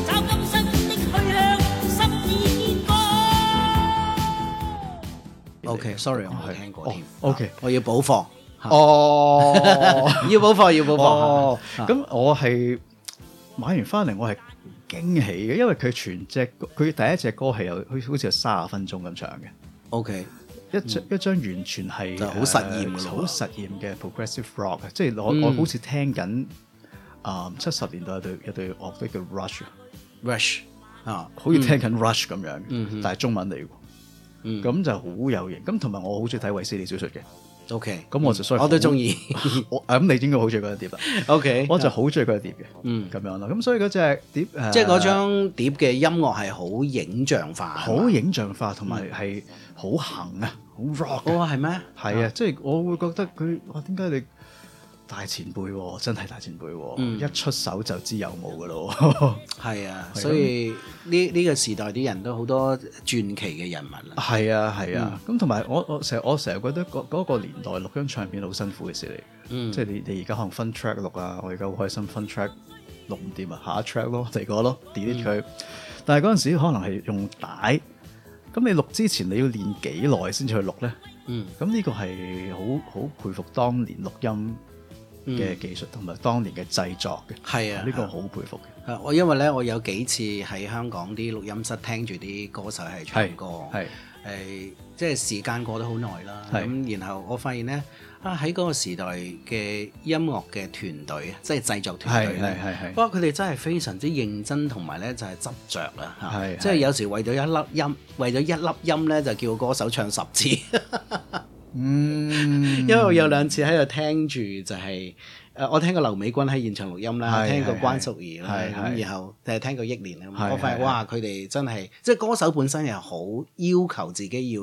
Speaker 8: 找今生的去向，心志堅剛。
Speaker 1: OK，sorry，我冇聽過添
Speaker 2: 哦。，OK
Speaker 1: 我要補課，
Speaker 2: 哦，
Speaker 1: 要補課，要補課
Speaker 2: 哦。，
Speaker 1: 啊
Speaker 2: 咁我係買完翻嚟，我係驚喜嘅，因為佢全隻佢第一隻歌係有好似好似有三十分鐘咁長嘅。
Speaker 1: OK，
Speaker 2: 一張一張完全係
Speaker 1: 嗯就好實驗
Speaker 2: 誒
Speaker 1: 㗎喇喎
Speaker 2: 好實驗嘅 progressive rock，即啊係我、
Speaker 1: 嗯
Speaker 2: 我好似聽緊啊七十年代有對有對樂隊叫 Rush，
Speaker 1: Rush 啊，
Speaker 2: 好似聽緊 Rush 咁樣，
Speaker 1: 嗯
Speaker 2: 但係中文嚟喎，
Speaker 1: 嗯
Speaker 2: 咁、就好有型。咁同埋我好中意睇衛斯理小説嘅，
Speaker 1: OK，
Speaker 2: 咁我就所以
Speaker 1: 嗯我都中意。
Speaker 2: 我啊咁你應該好中意嗰隻碟 啦，
Speaker 1: OK，
Speaker 2: 我就好中意嗰隻碟嘅，
Speaker 1: 嗯
Speaker 2: 咁樣咯。咁所以嗰隻碟呃誒，
Speaker 1: 即係嗰張碟嘅音樂係好影像化，係嘛
Speaker 2: 好影像化，同埋係好行啊，好 rock 嘅
Speaker 1: 哦，係咩？
Speaker 2: 係啊，即係我會覺得佢，哇！點解你大前輩喎、真係大前輩喎、
Speaker 1: 嗯
Speaker 2: 一出手就知有冇噶咯。
Speaker 1: 係啊，
Speaker 2: 係啊
Speaker 1: 所以呢呢個時代啲人都好多傳奇嘅人物啦。
Speaker 2: 係啊，係啊。咁同埋我我成日我成日覺得嗰嗰個年代錄張唱片好辛苦嘅事嚟嘅，
Speaker 1: 嗯
Speaker 2: 即係你你而家可能分 track 錄啊，我而家好開心分 track 錄唔掂啊，下一 track 咯，第二個咯，delete 佢。但係嗰陣時可能係用帶，咁你錄之前你要練幾耐先至去錄咧？
Speaker 1: 嗯
Speaker 2: 咁呢個係好好佩服當年錄音嘅
Speaker 1: 嗯，
Speaker 2: 技術同埋當年嘅製作嘅，
Speaker 1: 係啊，
Speaker 2: 呢個好佩服嘅。
Speaker 1: 啊我因為咧，我有幾次喺香港啲錄音室聽住啲歌手係唱歌，
Speaker 2: 係
Speaker 1: 誒，呃即係時間過得好耐啦。
Speaker 2: 係
Speaker 1: 咁然後我發現咧，啊喺嗰個時代嘅音樂嘅團隊，啊即係製作團隊
Speaker 2: 係
Speaker 1: 咧
Speaker 2: 係。係
Speaker 1: 不
Speaker 2: 係
Speaker 1: 過佢哋真係非常之認真，同埋咧就係執着啊！嚇，
Speaker 2: 係
Speaker 1: 即係有時為咗一粒音，為咗一粒音咧就叫歌手唱十次。
Speaker 2: 嗯
Speaker 1: 因為我有兩次喺度聽住就係、誒，我聽過劉美君喺現場錄音啦，
Speaker 2: 係
Speaker 1: 聽過
Speaker 2: 係
Speaker 1: 關淑怡啦，
Speaker 2: 係係
Speaker 1: 咁然後誒聽過憶蓮啦，
Speaker 2: 係
Speaker 1: 我發現
Speaker 2: 係
Speaker 1: 哇，佢哋真係即係歌手本身又好要求自己要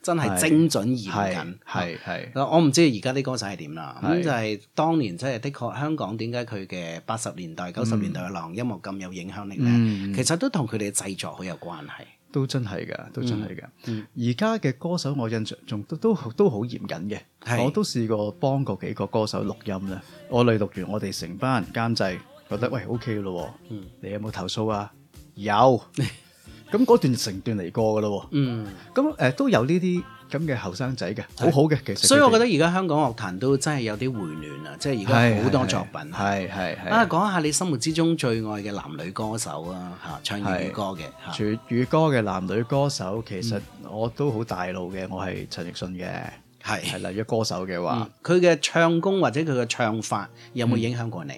Speaker 1: 真係精準嚴謹
Speaker 2: 係。係係
Speaker 1: 嗱我唔知而家啲歌手係點啦，咁
Speaker 2: 係
Speaker 1: 就係當年真係的確香港點解佢嘅八十年代、九十年代嘅流行音樂咁有影響力咧？
Speaker 2: 嗯
Speaker 1: 其實都同佢哋製作好有關係。
Speaker 2: 都真係㗎，都真係㗎。
Speaker 1: 嗯
Speaker 2: 而家嘅歌手我印象仲都都都好嚴謹
Speaker 1: 係
Speaker 2: 嘅，我都試過幫過幾個歌手錄音咧。我哋錄完，我哋成班人監製覺得喂 OK 咯喎
Speaker 1: 嗯，
Speaker 2: 你有冇投訴啊？有， 咁嗰段成段嚟過㗎咯喎。
Speaker 1: 嗯。
Speaker 2: 咁誒都有呢啲咁嘅後生仔嘅，好好嘅其實佢哋。
Speaker 1: 所以我覺得而家香港樂壇都真係有啲回暖啊！即係而家好多作品
Speaker 2: 係係係
Speaker 1: 啊，講下你心目之中最愛嘅男女歌手啊，嚇唱粵語歌嘅嚇，
Speaker 2: 粵語歌嘅男女歌手，其實
Speaker 1: 嗯
Speaker 2: 我都好大路嘅，我係陳奕迅 嘅，係
Speaker 1: 係
Speaker 2: 啦。如果歌手嘅話
Speaker 1: 嗯，佢嘅唱功或者佢嘅唱法有冇影響過你？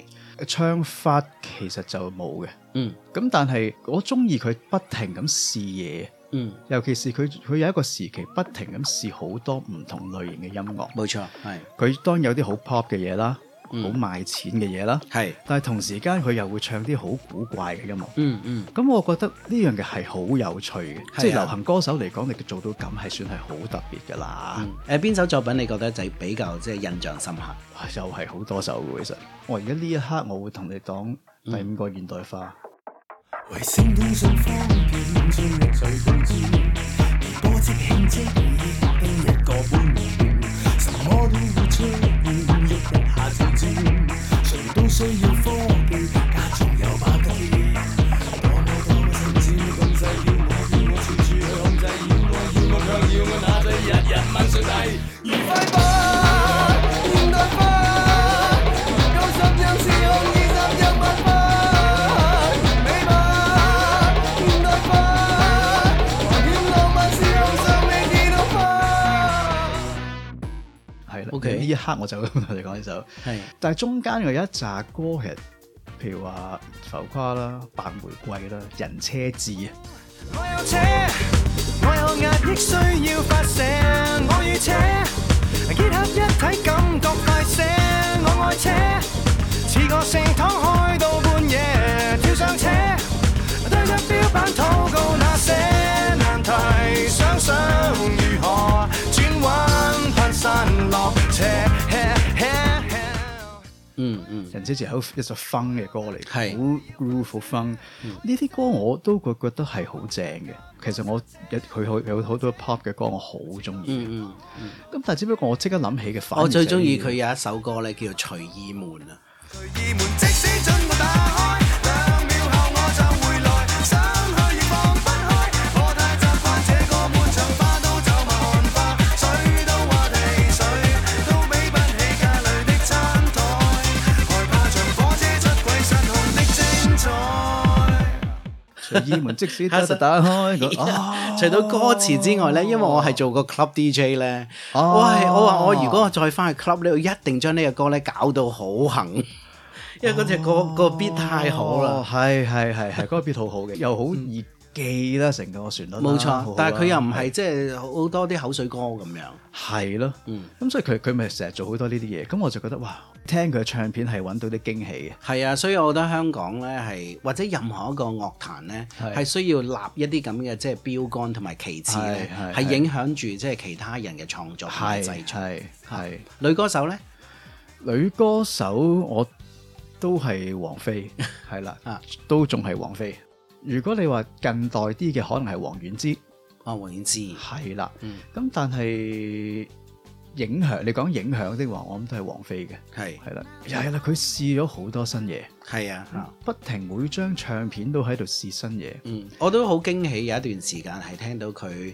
Speaker 2: 唱法其實就冇嘅。
Speaker 1: 嗯
Speaker 2: 咁但係我中意佢不停咁試嘢，
Speaker 1: 嗯，
Speaker 2: 尤其是佢佢有一個時期不停咁試好多唔同類型嘅音樂。
Speaker 1: 冇錯，係
Speaker 2: 佢當然有啲好 pop 嘅嘢啦，好
Speaker 1: 嗯
Speaker 2: 賣錢嘅嘢啦，
Speaker 1: 係，
Speaker 2: 但係同時間佢又會唱啲好古怪嘅音樂。
Speaker 1: 嗯嗯
Speaker 2: 咁我覺得呢樣嘢係好有趣嘅，
Speaker 1: 啊
Speaker 2: 即係流行歌手嚟講，你做到咁係算係好特別㗎啦。
Speaker 1: 嗯，誒邊首作品你覺得就係比較即係印象深刻？
Speaker 2: 哇又係好多首嘅其實。我而家呢一刻，我會同你講第
Speaker 1: 嗯
Speaker 2: 五個現代化，
Speaker 3: 為星通訊方便，將一切都知。微波即興即熱，冰一個杯麵，什麼都會出現，喐一下就知。誰都需要科技，家中有把機。多麼多麼神智控制，要我要我處處去控制，要我要我強要我那制，日日問上帝。愉快吧，現代化，九十樣事控二十樣辦法。美吧，現代化，懷念浪漫是路上未見到花。
Speaker 2: 係啦。
Speaker 1: OK
Speaker 2: 呢一刻我就會同你講呢首。
Speaker 1: 係
Speaker 2: 但係中間有一紮歌其實，譬如話浮誇啦、白玫瑰啦、人車誌啊，
Speaker 7: 我有車，我有壓抑需要發射，我與車結合一體感覺快些，我愛車，似個聖堂開到半夜，跳上車，對着標板禱告那些難題，想想如何轉彎攀山落斜。
Speaker 1: 嗯嗯，
Speaker 2: 人車誌係好一首 fun 嘅歌嚟，
Speaker 1: 係嗯
Speaker 2: 好 groove 好 fun。呢啲歌我都覺覺得係好正嘅。其實我有佢好有好多 pop 嘅歌我好中意，咁、
Speaker 1: 嗯
Speaker 2: 但係只不過我即刻諗起嘅反而
Speaker 1: 我哦最
Speaker 2: 就係
Speaker 1: 中意
Speaker 2: 呢啲
Speaker 1: 佢有一首歌咧，叫做《隨意門》啊。
Speaker 7: 隨意門即使準我打開，兩秒後我就回來，想去亦放不開。我太習慣這個滿場花都走馬看花，水都話地水，都比不起家裏的餐台，害怕像火車出軌失控的精彩。
Speaker 2: 隨意門即 使打實打開，我啊
Speaker 1: 除咗歌詞之外咧，因為我係做過 club DJ 咧，喂，
Speaker 2: 哦
Speaker 1: 我話我如果我再翻去 club 咧，我一定將呢個歌咧搞到好行，因為嗰隻歌個 beat 太好
Speaker 2: 哦
Speaker 1: 啦，嗯
Speaker 2: 係係係 係，嗰個 beat 好好嘅，又好易記啦，成個旋律啦
Speaker 1: 冇
Speaker 2: 好好啊
Speaker 1: 錯
Speaker 2: 啦。
Speaker 1: 啊但係佢又唔係即係好多啲口水歌咁樣，
Speaker 2: 係咯，
Speaker 1: 嗯
Speaker 2: 咁所以佢佢咪成日做好多呢啲嘢，咁我就覺得哇，聽佢嘅唱片係揾到啲驚喜嘅，
Speaker 1: 係啊，所以我覺得香港咧係或者任何一個樂壇咧
Speaker 2: 係
Speaker 1: 係需要立一啲咁嘅即係標杆同埋旗幟咧，
Speaker 2: 係係
Speaker 1: 係
Speaker 2: 係
Speaker 1: 影響住即係其他人嘅創作同埋
Speaker 2: 係
Speaker 1: 製作。
Speaker 2: 係係。
Speaker 1: 女歌手咧，
Speaker 2: 女歌手我都係王 菲，係啦
Speaker 1: 啊，
Speaker 2: 都仲係王菲。如果你話近代啲嘅，可能係王菀之，
Speaker 1: 哦，黃菀之。
Speaker 2: 係啦。
Speaker 1: 嗯
Speaker 2: 咁但係影響，你講影響的話，我諗都係王菲嘅，
Speaker 1: 係
Speaker 2: 係啦，係啦，佢試咗好多新嘢，
Speaker 1: 係啊，啊
Speaker 2: 不停每張唱片都喺度試新嘢。
Speaker 1: 嗯，我都好驚喜，有一段時間係聽到佢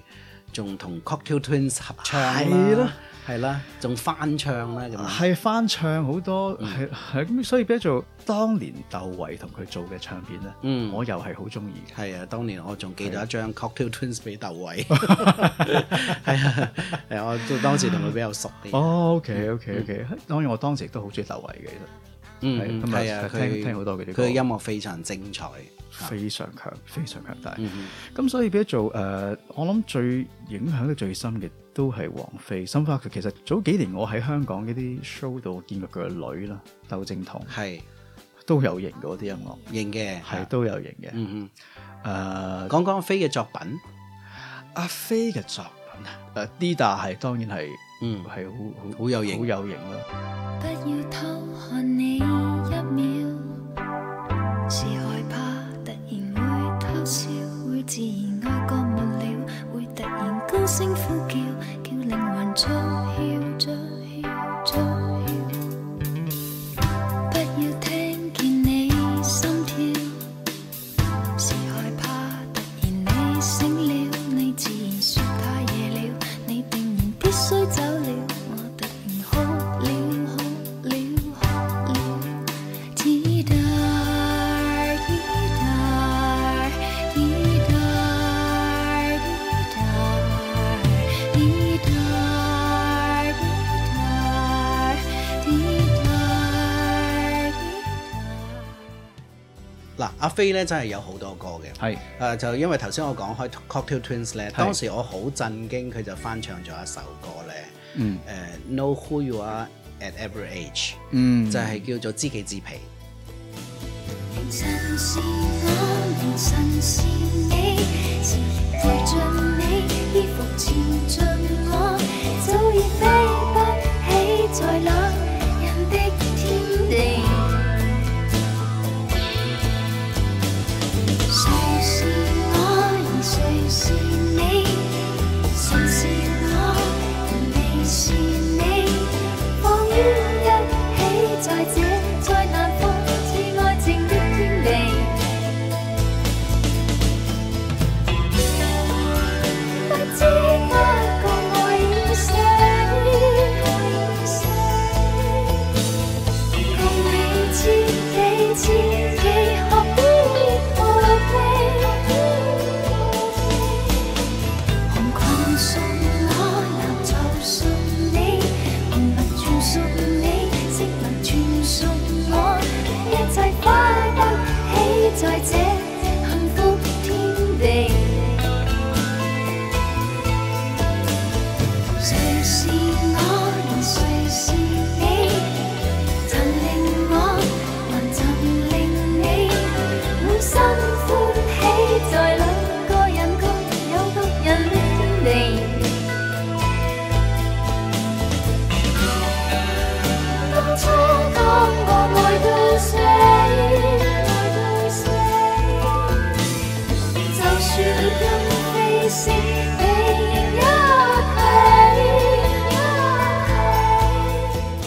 Speaker 1: 仲同 Cocktail Twins 合唱
Speaker 2: 係
Speaker 1: 啦
Speaker 2: 啦，
Speaker 1: 係嗯啦，仲翻唱啦咁樣。
Speaker 2: 啊係翻唱好多，
Speaker 1: 嗯
Speaker 2: 係係咁，所以變咗做當年竇唯同佢做嘅唱片咧，
Speaker 1: 嗯
Speaker 2: 我又係好中意嘅。
Speaker 1: 係啊，當年我仲記得一張 Cocktail Twins 俾竇 唯，係啊，誒，我都當時同佢比較熟啲。
Speaker 2: 哦，OK OK OK，當然我當時亦都好中意竇唯嘅，其實。
Speaker 1: 嗯，
Speaker 2: 係咁啊
Speaker 1: 係啊，
Speaker 2: 聽
Speaker 1: 佢
Speaker 2: 聽好多佢啲
Speaker 1: 佢
Speaker 2: 歌
Speaker 1: 嘅音樂非常精彩。
Speaker 2: 非常強，非常強大。咁、
Speaker 1: 啊嗯
Speaker 2: 所以變咗做誒、呃我諗最影響得最深嘅都係王菲。深刻佢其實早幾年我喺香港嗰啲 show 度見過佢嘅女啦，竇靖童
Speaker 1: 係
Speaker 2: 都有型嗰啲音樂，
Speaker 1: 型嘅，
Speaker 2: 係都有型嘅。誒、
Speaker 1: 啊嗯嗯，講講飛嘅作品，
Speaker 2: 阿菲嘅作品啊，誒 Dida 係當然係
Speaker 1: 嗯
Speaker 2: 係好好
Speaker 1: 好有型
Speaker 2: 好有型啦。
Speaker 5: 不要偷看你一秒，是害怕突然會偷笑，會自然愛過沒了，會突然高聲呼叫，叫靈魂作曉作曉作曉。不要聽見你心跳，是害怕突然你醒了，你自然說太夜了，你定然必須走了，我突然哭了哭了哭了，依達依達依達依達依達依達。
Speaker 1: 嗱，阿飛咧真係有好多歌嘅。
Speaker 2: 係
Speaker 1: 誒、呃就因為頭先我講開 Cocktail Twins 咧，當時我好震驚，佢就翻唱咗一首歌咧，誒、
Speaker 2: 嗯
Speaker 1: Know Who You Are at Every Age，、
Speaker 2: 嗯
Speaker 1: 就係叫做知己知彼。
Speaker 5: 凌晨是我，凌晨是你，時而陪着你，衣服纏着我，早已飛不起在兩人的天地。誰是我，而誰是你？誰是我，而你是你？放於一起，在這再難分至愛情的天地。不知不覺愛已死，愛已死。在這幸福天地。誰是我，誰是你？曾令我，還曾令你，滿心歡喜，在兩個人共有獨人天地。當初講我愛到死，愛到死，就算今非昔比，仍一起，一起。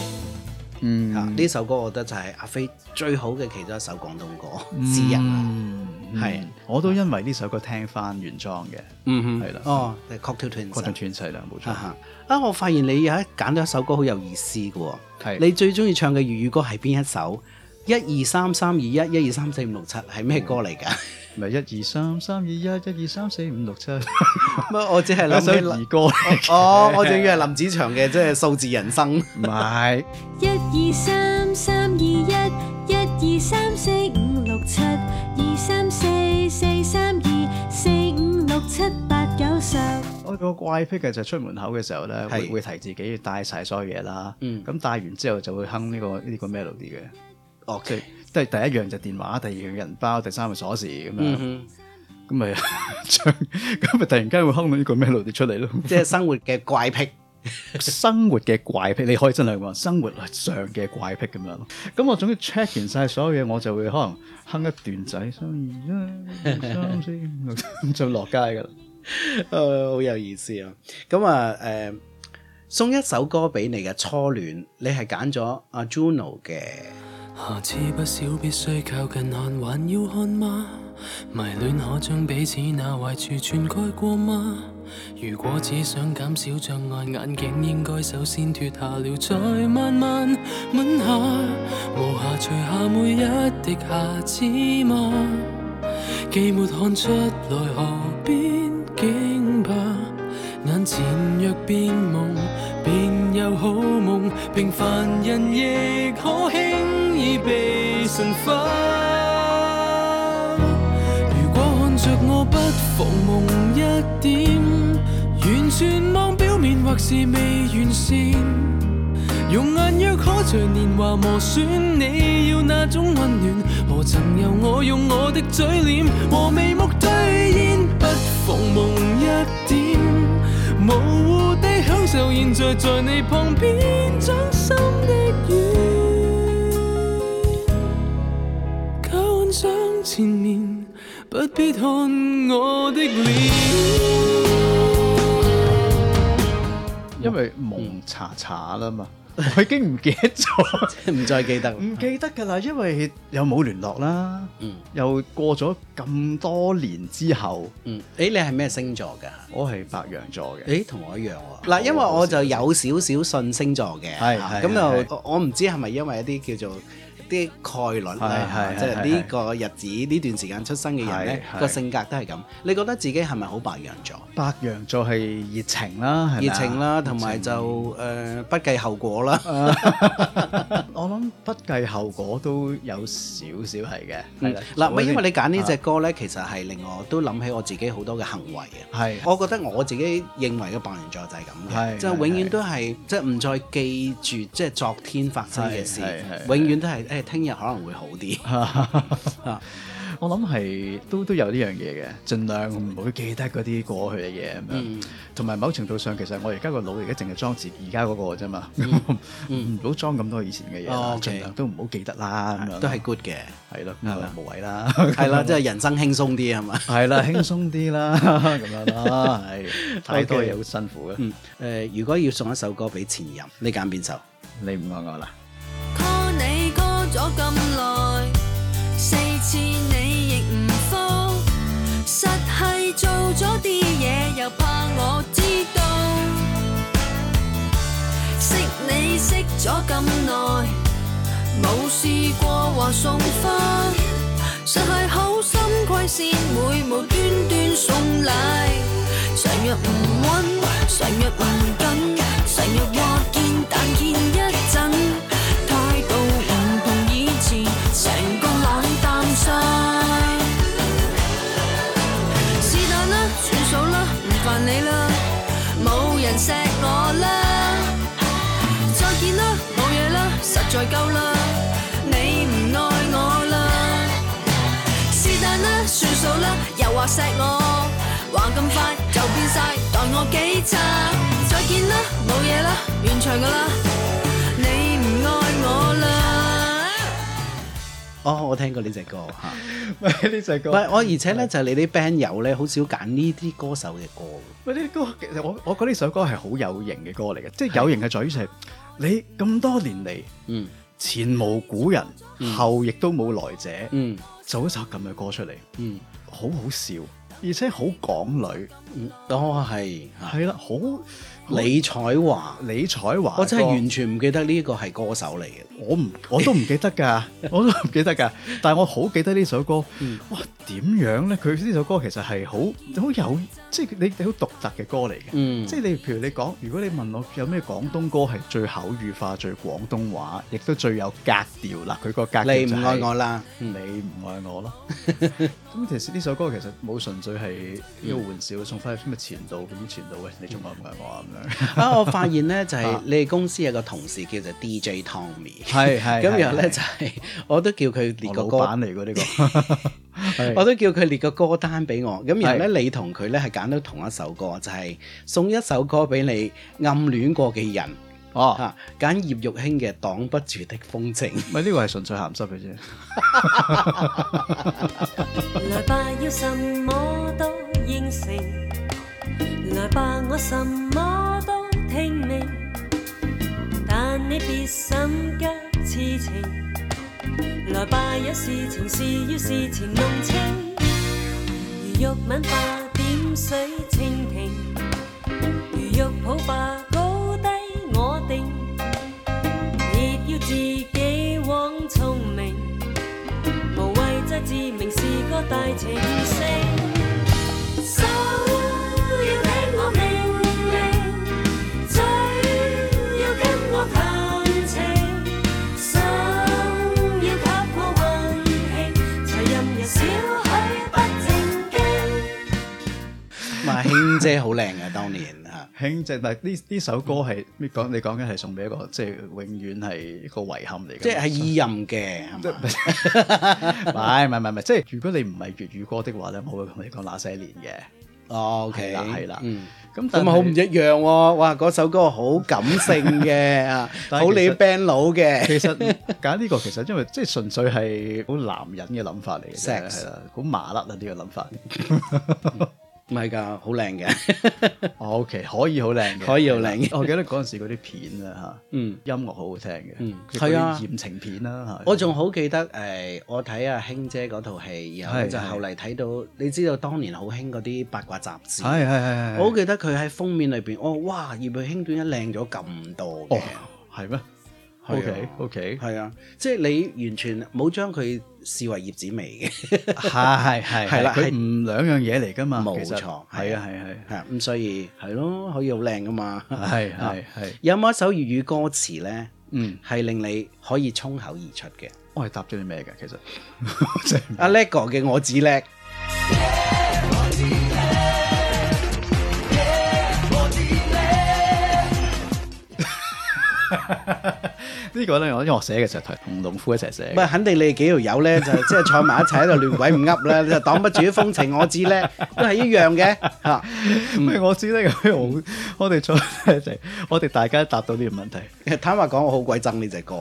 Speaker 2: 嗯
Speaker 1: 啊！呢首歌我覺得就係阿飛最好嘅其中一首廣東歌之一啦。
Speaker 2: 嗯
Speaker 1: 係
Speaker 2: 我都因為呢首歌聽翻原裝嘅
Speaker 1: 嗯哼
Speaker 2: 係啦
Speaker 1: 哦，Cocktail Twins 啊。
Speaker 2: 《曲 o 串世》啦，冇錯
Speaker 1: 啊，哈啊！我發現你有一揀到一首歌好有意思嘅喎。
Speaker 2: 係
Speaker 1: 你最中意唱嘅粵語歌係邊一首？一二三三二一，一二三四五六七係咩歌嚟㗎？
Speaker 2: 咪一二三三二一，一二三四五六七，
Speaker 1: 乜 我只係
Speaker 2: 兩
Speaker 1: 諗
Speaker 2: 首
Speaker 1: 起
Speaker 2: 兒歌嚟嘅
Speaker 1: 哦，我仲以為林子祥嘅即係數字人生。
Speaker 2: 唔係
Speaker 9: 一二三三二一，一二三四五六七，二三四四三二，四五六七八九十。
Speaker 2: 我個怪癖嘅就係出門口嘅時候咧，會
Speaker 1: 係
Speaker 2: 會提自己要帶晒所有嘢啦。
Speaker 1: 嗯
Speaker 2: 咁帶完之後就會哼呢個呢個 melody 嘅，
Speaker 1: 哦，
Speaker 2: 即係即係第一樣就電話，第二樣人包，第三個鎖匙咁
Speaker 1: 嗯
Speaker 2: 樣，
Speaker 1: 哼，
Speaker 2: 咁咪 唱，咁咪突然間會哼到呢個 melody 出嚟咯。
Speaker 1: 即係生活嘅怪癖。
Speaker 2: 生活嘅怪癖，你可以真係話生活上嘅怪癖咁樣咯。咁我總之 check 完晒所有嘢，我就會可能哼一段仔，三二一，三四五六咁就落街噶啦。
Speaker 1: 誒、好有意思啊！咁啊，誒、送一首歌俾你嘅初戀，你係揀咗阿 Juno 嘅，
Speaker 6: 下次不少必須靠近看，還要看嗎？迷戀可將彼此那壞處全蓋過嗎？如果只想減少障礙，眼鏡應該首先脱下了，再慢慢吻下，無暇除下每一滴瑕疵嗎？既沒看出來，何必驚怕？眼前若變夢，便有好夢。平凡人亦可輕易被神化。如果看着我，不妨夢一點，完全望表面或是未完善。容顏若可隨年華磨損，你要那種溫暖，何曾由我用我的嘴臉和眉目兌現？不妨夢一點，模糊地享受現在在你旁邊，掌心的雨，靠岸上前面，不必看我的臉。
Speaker 2: 因為蒙查查啦嘛，我已經唔記得咗，
Speaker 1: 唔再記得。
Speaker 2: 唔記得㗎啦，因為又冇聯絡啦，
Speaker 1: 嗯
Speaker 2: 又過咗咁多年之後，
Speaker 1: 嗯，誒，你係咩星座㗎？
Speaker 2: 我係白羊座嘅，
Speaker 1: 誒，同我一樣喎。嗱，因為我就有少少信星座嘅，
Speaker 2: 係
Speaker 1: 啊
Speaker 2: 係
Speaker 1: 咁
Speaker 2: 係
Speaker 1: 就我我唔知係咪因為一啲叫做啲概率
Speaker 2: 係
Speaker 1: 啦，
Speaker 2: 係
Speaker 1: 即係
Speaker 2: 係
Speaker 1: 呢個日子呢段時間出生嘅人咧
Speaker 2: 係係
Speaker 1: 個性格都係咁。你覺得自己係咪好白羊座？
Speaker 2: 白羊座係熱情啦，係咪
Speaker 1: 熱
Speaker 2: 啊
Speaker 1: 情啦，同埋就誒不計後果啦。
Speaker 2: 我諗不計後果都有少少係嘅，係啦
Speaker 1: 嗯嗱，咪因為你揀呢只歌呢，其實係令我都諗起我自己好多嘅行為嘅。
Speaker 2: 係
Speaker 1: 我覺得我自己認為嘅白羊座就係咁嘅，
Speaker 2: 係
Speaker 1: 即係
Speaker 2: 係
Speaker 1: 永遠都係即係唔再記住即係昨天發生嘅事
Speaker 2: 係係，係
Speaker 1: 永遠都係誒聽日可能會好啲。 啊
Speaker 2: 我諗係都都有呢樣嘢嘅，盡量唔好記得嗰啲過去嘅嘢咁
Speaker 1: 嗯
Speaker 2: 樣。同埋某程度上，其實我而家個腦而家淨係裝自而家嗰個啫嘛， 唔好裝咁多以前嘅嘢
Speaker 1: 嗯哦
Speaker 2: 啦，
Speaker 1: ，OK
Speaker 2: 盡量都唔好記得啦，咁樣
Speaker 1: 都係 good 嘅，
Speaker 2: 係咯，
Speaker 1: 係
Speaker 2: 係
Speaker 1: 啦
Speaker 2: 啦，無謂啦，
Speaker 1: 係啦，即係人生輕鬆啲係嘛。
Speaker 2: 啊係啦，輕鬆啲啦， 咁樣啦，係太多
Speaker 1: OK
Speaker 2: 嘢好辛苦啊嘅，
Speaker 1: 嗯， 誒，如果要送一首歌俾前任，你揀邊首？
Speaker 2: 你唔愛我啦。
Speaker 9: call 你 call 咗咁耐，四次你亦唔覆，實係做咗啲嘢又怕我知道。識你識咗咁耐，冇試過話送花，實係好心虧先會無端端送禮。常若唔穩，常若唔緊，常若話見但見一陣，態度唔同以前，成個冷淡晒。
Speaker 10: 你唔愛我啦。是但啦，算數啦，又話錫我，話咁快就變晒，待我幾差。再見啦，冇嘢啦，完場噶啦，你唔愛我啦。
Speaker 1: 哦，我聽過呢只 歌嚇，
Speaker 2: 呢只
Speaker 1: 唔
Speaker 2: 歌，
Speaker 1: 係我而且咧就係你啲 band 友咧，好少揀呢啲歌手嘅歌喎。
Speaker 2: 喂，呢啲歌其實我我覺得呢首歌係好有型嘅歌嚟嘅，即係有型嘅在於就係你咁多年嚟
Speaker 1: 嗯
Speaker 2: 前無古人，後亦都冇來者，
Speaker 1: 嗯
Speaker 2: 做一首咁嘅歌出嚟，
Speaker 1: 嗯，
Speaker 2: 好好笑，而且好港女，
Speaker 1: 嗯哦係嚇，
Speaker 2: 係啦，好
Speaker 1: 李彩華，
Speaker 2: 李彩華，
Speaker 1: 我真係完全唔記得呢個係歌手嚟嘅。
Speaker 2: 我唔我都唔記得 㗎，我都唔記得㗎。但係我好記得呢首歌，
Speaker 1: 嗯
Speaker 2: 哇點樣咧？佢呢首歌其實係好好有，即係你你好獨特嘅歌嚟嘅。
Speaker 1: 嗯
Speaker 2: 即係你譬如你講，如果你問我有咩廣東歌係最口語化、最廣東話，亦都最有格調啦。佢個格調
Speaker 1: 你
Speaker 2: 就
Speaker 1: 唔
Speaker 2: 係
Speaker 1: 愛我啦，
Speaker 2: 你
Speaker 1: 嗯
Speaker 2: 唔愛 我咯。咁其實呢首歌其實冇純粹係呢
Speaker 1: 嗯
Speaker 2: 個玩笑送翻去咩前度咁前度喂，你仲愛唔愛我啊咁樣？
Speaker 1: 啊，我發現咧就係
Speaker 2: 啊
Speaker 1: 你哋公司有個同事叫做 DJ Tommy，
Speaker 2: 係係
Speaker 1: 咁然後
Speaker 2: 係
Speaker 1: 咧就係我都叫佢列
Speaker 2: 我
Speaker 1: 個
Speaker 2: 哦老
Speaker 1: 歌
Speaker 2: 闆嚟㗎呢 個係，
Speaker 1: 我都叫佢列個歌單俾我，咁然後
Speaker 2: 係
Speaker 1: 咧，你同佢咧係揀到同一首歌，就係、送一首歌俾你暗戀過嘅人，
Speaker 2: 哦。
Speaker 1: 嚇揀葉玉卿嘅《擋不住的風箏》。
Speaker 2: 咪呢個係純粹鹹濕嘅啫，
Speaker 10: 來吧，要什麼都應承，來吧，我什麼都聽命，但你別心急痴情，來吧，有事情是要事前弄清，如玉吻吧，點水蜻蜓，如玉抱吧，高低我定，亦要自己枉聰明。無謂再自明是個大情聖，手要聽我命令，嘴要跟我談情，心要給我運氣，才任由少許不正經。
Speaker 1: 話卿姐好靚嘅當年嚇，
Speaker 2: 兄姐，但係呢呢首歌係你講你講緊係送俾一個即係永遠係一個遺憾嚟嘅，
Speaker 1: 即係係意淫嘅，係嘛？
Speaker 2: 唔係唔係唔係唔係，即係如果你唔係粵語歌的話咧，我會同你講那些年嘅，
Speaker 1: 哦，OK，
Speaker 2: 係啦係啦
Speaker 1: 嗯。
Speaker 2: 咁但
Speaker 1: 咁
Speaker 2: 係
Speaker 1: 啊，好唔一樣喎！哇，嗰首歌好感性嘅， 啊
Speaker 2: 但係
Speaker 1: 好你
Speaker 2: 其實
Speaker 1: band 佬嘅，
Speaker 2: 其實揀呢個其實因為即係純粹係好男人嘅諗法嚟嘅啫，
Speaker 1: Sex
Speaker 2: 係啦，好麻甩啊呢個諗法。
Speaker 1: 唔係㗎，好靚嘅，
Speaker 2: O K，可哦以好靚嘅，
Speaker 1: 可以好靚嘅
Speaker 2: 係啦我記得嗰陣時嗰啲片啊
Speaker 1: 嗯。
Speaker 2: 嚇，音樂好好聽嘅，
Speaker 1: 嗯
Speaker 2: 即嗰啲
Speaker 1: 係啊
Speaker 2: 豔情片啦嚇。
Speaker 1: 我仲好記得誒、呃我睇阿卿姐嗰套戲，然後
Speaker 2: 係
Speaker 1: 就
Speaker 2: 係
Speaker 1: 後嚟睇到，你知道當年好興嗰啲八卦雜誌，
Speaker 2: 係係係係，
Speaker 1: 我好記得佢喺封面裏邊，哦，哇，葉玉卿點解靚咗咁多嘅
Speaker 2: 哦？，係咩
Speaker 1: 係啊
Speaker 2: ？OK OK，
Speaker 1: 係啊，即係你完全冇將佢視為葉子楣嘅，
Speaker 2: 係係
Speaker 1: 係
Speaker 2: 係
Speaker 1: 啦
Speaker 2: 啦，
Speaker 1: 係
Speaker 2: 佢唔兩樣嘢嚟噶嘛，
Speaker 1: 冇
Speaker 2: 其實
Speaker 1: 錯
Speaker 2: 係
Speaker 1: 係啊
Speaker 2: 啊係係
Speaker 1: 係啊咁所以係咯，可以好靚噶嘛。
Speaker 2: 係
Speaker 1: 啊
Speaker 2: 係係，
Speaker 1: 有冇一首粵語歌詞呢？
Speaker 2: 嗯，
Speaker 1: 係令你可以衝口而出嘅？
Speaker 2: 我係答咗啲咩嘅其實， 真係唔
Speaker 1: 阿叻哥嘅我只叻，
Speaker 2: 呢個咧，我因為我寫嘅時候係同農夫一齊寫
Speaker 1: 唔係
Speaker 2: 嘅，
Speaker 1: 肯定你哋幾條友呢，就即係坐埋一齊喺度亂鬼唔噏啦，就擋不住啲風情，我只叻都係一樣嘅嚇。
Speaker 2: 因為我知咧， 我我哋坐一齊，我哋大家答到呢個問題，
Speaker 1: 坦白講，我好鬼憎呢只歌。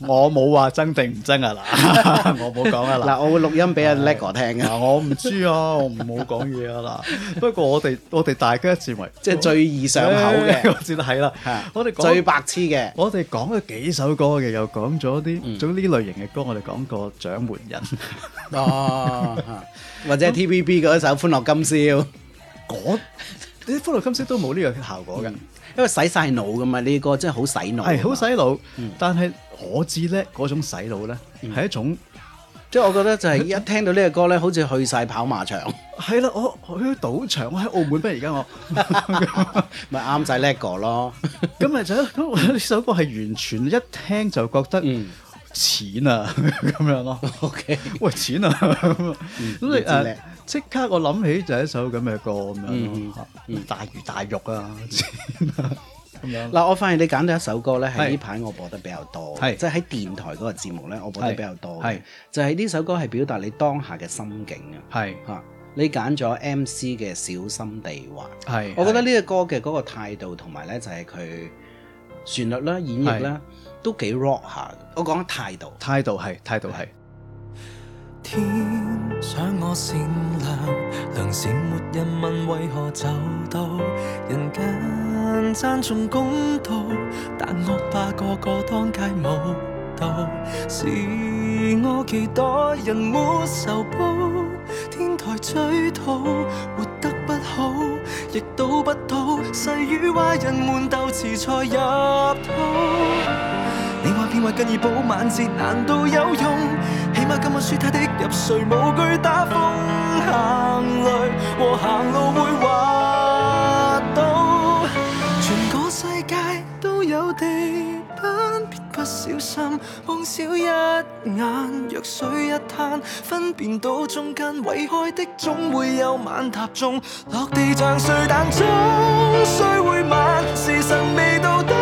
Speaker 2: 我冇話爭定唔爭啊嗱，我冇講啊嗱
Speaker 1: 嗱，。我會錄音俾阿叻哥聽
Speaker 2: 嗱，
Speaker 1: 嘅，
Speaker 2: 我唔知啊，我唔好講嘢啊嗱。不過我哋我哋大家一致為
Speaker 1: 即係最易上口嘅，
Speaker 2: 我知啦，係啦
Speaker 1: 嚇，
Speaker 2: 我哋講
Speaker 1: 最白痴嘅。
Speaker 2: 我哋講咗幾首歌嘅，又講咗啲，總之呢類型嘅歌，我哋講過《掌門人》
Speaker 1: 哦，嚇或者 TVB 嗰一首《歡樂今宵》，
Speaker 2: 嗰啲《歡樂今宵》都冇呢個效
Speaker 1: 嗯
Speaker 2: 果嘅，
Speaker 1: 因為洗晒腦噶嘛，呢啲歌真係好洗腦。
Speaker 2: 係嗯好洗，腦。但係我知咧，嗰種洗腦咧係一種
Speaker 1: 即係我覺得就係一聽到呢個歌咧，好似去晒跑馬場，
Speaker 2: 係啦，我我去咗賭場，我喺澳門，不如而家我
Speaker 1: 咪啱晒叻哥咯。
Speaker 2: 咁咪就係咁呢首歌係完全一聽就覺得
Speaker 1: 嗯
Speaker 2: 錢啊咁樣咯。
Speaker 1: ，OK，
Speaker 2: 喂，錢啊！咁你
Speaker 1: 嗯你知叻
Speaker 2: 誒即刻我諗起就係一首咁嘅歌咁樣
Speaker 1: 嗯
Speaker 2: 咯，大魚大肉啊，錢啊咁樣
Speaker 1: 嗱，我發現你揀到一首歌咧，係
Speaker 2: 係
Speaker 1: 呢排我播得比較多，
Speaker 2: 係
Speaker 1: 即係喺電台嗰個節目咧，我播得
Speaker 2: 係
Speaker 1: 比較多嘅
Speaker 2: 係，
Speaker 1: 就係呢首歌係表達你當下嘅心境啊。
Speaker 2: 係
Speaker 1: 嚇，你揀咗 MC 嘅小心地滑，
Speaker 2: 係
Speaker 1: 我覺得呢個歌嘅嗰個態度同埋咧就係佢旋律啦、演繹啦，都幾 rock 下嘅。我講態度，
Speaker 2: 態度係態度係。
Speaker 7: 天想我善良，良善沒人問為何走到人間讚頌公道，但惡霸個個當街舞蹈，是我期待人沒仇報，天台追討活得不好，亦賭不到誓與壞人們鬥詞才入套。你話變壞更易補晚節，難道有用？起碼今晚輸他的入睡，無懼打風行雷和行路會滑倒。全個世界都有地板，別不小心望少一眼，若水一灘，分辨到中間毀開的總會有晚塔中，落地像碎蛋中，雖會晚，時辰未到的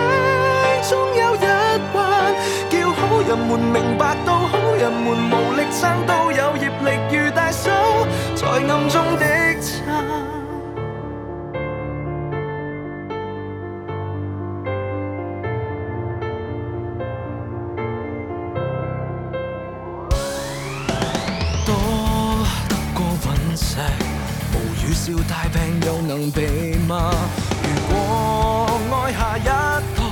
Speaker 7: 終有一關，叫好人們明白到好人們無力撐到有業力如大手，在暗中的撐。多得過隕石，無語笑大病又能避嗎？如果愛下一代，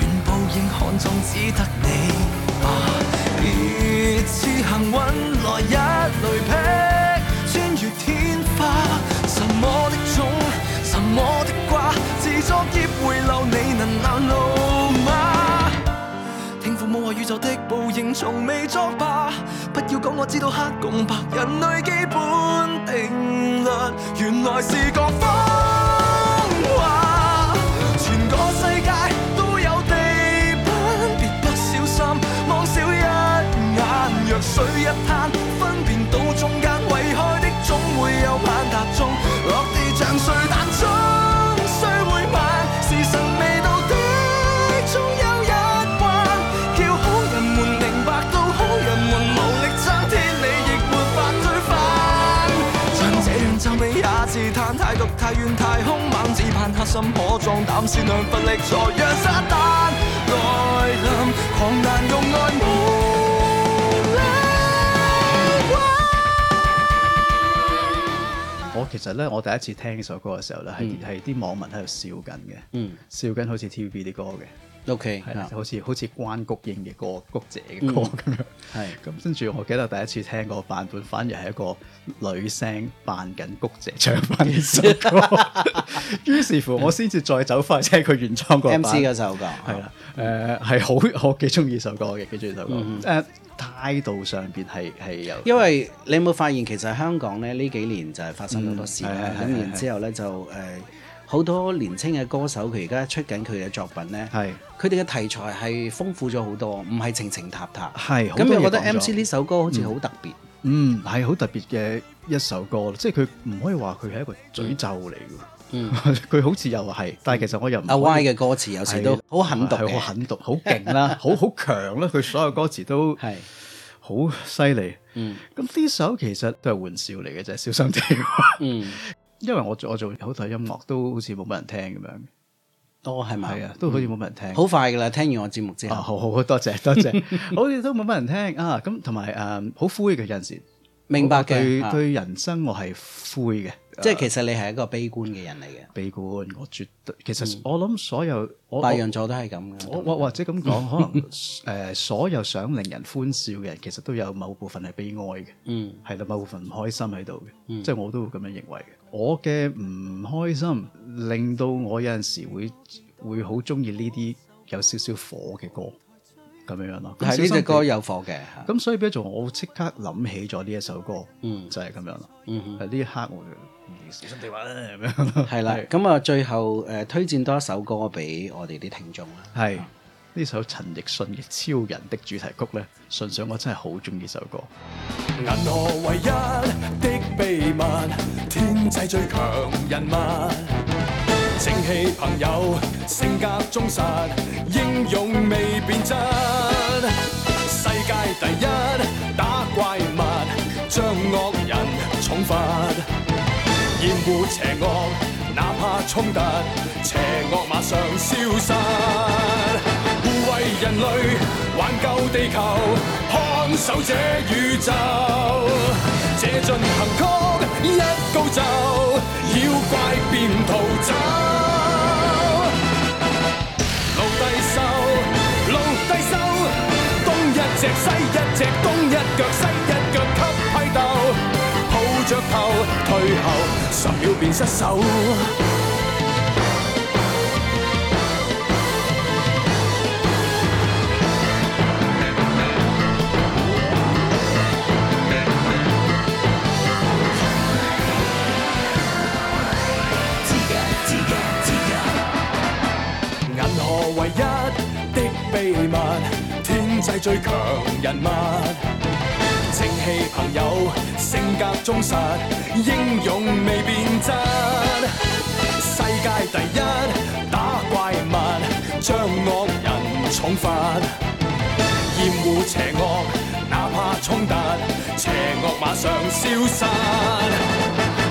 Speaker 7: 願報應看中只得你吧。別似啊幸運來一雷劈，穿越天花，什麼的種，什麼的瓜，自作孽回流，你能攔路嗎？聽父母話宇宙的報應從未作罷，不要講我知道黑共白，人類基本定律原來是個謊話。全個世界都有地板，別不小心望少一眼，若水一灘，分辨到中間毀開的總會有晚踏中，落地像碎蛋中，雖會晚，時辰未到的終有一關，叫好人們明白到好人們無力爭天理，亦沒法推翻。像這樣皺眉也自嘆，太毒太怨太兇猛，只盼黑心可壯膽，善良奮力才讓撒旦來臨，狂瀾用愛無力挽
Speaker 2: 我其實咧，我第一次聽呢首歌嘅時候咧，係係啲網民喺度笑緊嘅，
Speaker 1: 嗯
Speaker 2: 笑緊好似 TVB 啲歌嘅，
Speaker 1: ，OK，
Speaker 2: 係啦
Speaker 1: 啊，嗯
Speaker 2: 好似好似關谷英嘅歌、谷姐嘅歌咁樣。
Speaker 1: 係
Speaker 2: 咁跟住，我記得第一次聽嗰個版本，反而係一個女聲扮緊谷姐唱翻呢首歌。 於是乎，我先至再走翻去聽佢原裝個版
Speaker 1: MC 嗰首歌，
Speaker 2: 係啦，誒係好，我 幾中意首歌嘅，幾中意首歌。誒態度上邊係係有，
Speaker 1: 因為你有冇發現其實香港咧呢幾年就係發生好多事啦，咁、
Speaker 2: 嗯係係係
Speaker 1: 然之後咧就誒好、多年青嘅歌手佢而家出緊佢嘅作品咧，
Speaker 2: 係
Speaker 1: 佢哋嘅題材係豐富咗好多，唔係情情塔塔。
Speaker 2: 係好
Speaker 1: 咁
Speaker 2: 多
Speaker 1: 又
Speaker 2: 嘢
Speaker 1: 覺得
Speaker 2: 講咗
Speaker 1: MC 呢首歌好似好特別，
Speaker 2: 嗯，係好特別嘅一首歌，即係佢唔可以話佢係一個詛咒嚟嘅。
Speaker 1: 嗯
Speaker 2: 佢好似又係，但係其實我又唔
Speaker 1: 阿 Y
Speaker 2: 嘅
Speaker 1: 嘅歌詞有時都好狠毒
Speaker 2: 好
Speaker 1: 嘅，
Speaker 2: 狠毒，好勁 啦，好好強啦，佢所有歌詞都
Speaker 1: 係
Speaker 2: 好犀利。
Speaker 1: 嗯
Speaker 2: 咁呢首其實都係玩笑嚟嘅啫，小心 啲。
Speaker 1: 嗯，
Speaker 2: 因為我做我做口袋音樂都好似冇乜人聽咁樣，
Speaker 1: 多係咪？
Speaker 2: 係啊，都好似冇乜人聽。
Speaker 1: 嗯好快噶啦！聽完我節目之
Speaker 2: 啊，
Speaker 1: 後，
Speaker 2: 好好好，多謝多謝， 好似都冇乜人聽啊。咁同埋誒，好灰嘅有陣時，
Speaker 1: 明白
Speaker 2: 我對
Speaker 1: 嘅，啊
Speaker 2: 對人生我係灰嘅，
Speaker 1: 即係
Speaker 2: 啊
Speaker 1: 其實你係一個悲觀嘅人嚟嘅，
Speaker 2: 悲觀。我絕對其實我諗所有我
Speaker 1: 嗯白
Speaker 2: 我
Speaker 1: 羊座都係咁嘅。
Speaker 2: 我或或者咁 講，可能誒所有想令人歡笑嘅人，其實都有某部分係悲哀嘅，
Speaker 1: 嗯
Speaker 2: 係啦，某部分唔開心喺度嘅，即係我都會咁樣認為嘅。我嘅唔開心令到我有陣時會會好中意呢啲有少少火嘅歌咁樣樣咯。咁
Speaker 1: 係
Speaker 2: 小
Speaker 1: 呢
Speaker 2: 心
Speaker 1: 只歌
Speaker 2: 地
Speaker 1: 有火嘅，嚇
Speaker 2: 咁所以變咗我即刻諗起咗呢一首歌，
Speaker 1: 嗯
Speaker 2: 就係咁樣啦。
Speaker 1: 嗯哼。
Speaker 2: 係呢一刻我就小心地玩啦咁樣咯。
Speaker 1: 係啦，
Speaker 2: 係
Speaker 1: 咁啊，最後誒、呃推薦多一首歌俾我哋啲聽眾啦。
Speaker 2: 係呢首陳奕迅嘅《超人》的主題曲咧，純粹我真係好中意首歌。
Speaker 11: 銀河唯一的秘密，天際最強人物。正氣朋友，性格忠實，英勇未變質。世界第一打怪物，將惡人重罰。厭惡邪惡，哪怕衝突，邪惡馬上消失。護衛人類，挽救地球，看守這宇宙。這進行曲一高奏，妖怪便逃走。奴隸獸，奴隸獸，東一隻西一隻，東一腳西一腳給批鬥，抱着頭退後，十秒便失手。銀河唯一的秘密，天際最強人物。正氣朋友，性格忠實，英勇未變質。世界第一打怪物，將惡人重罰。厭惡邪惡，哪怕衝突，邪惡馬上消失。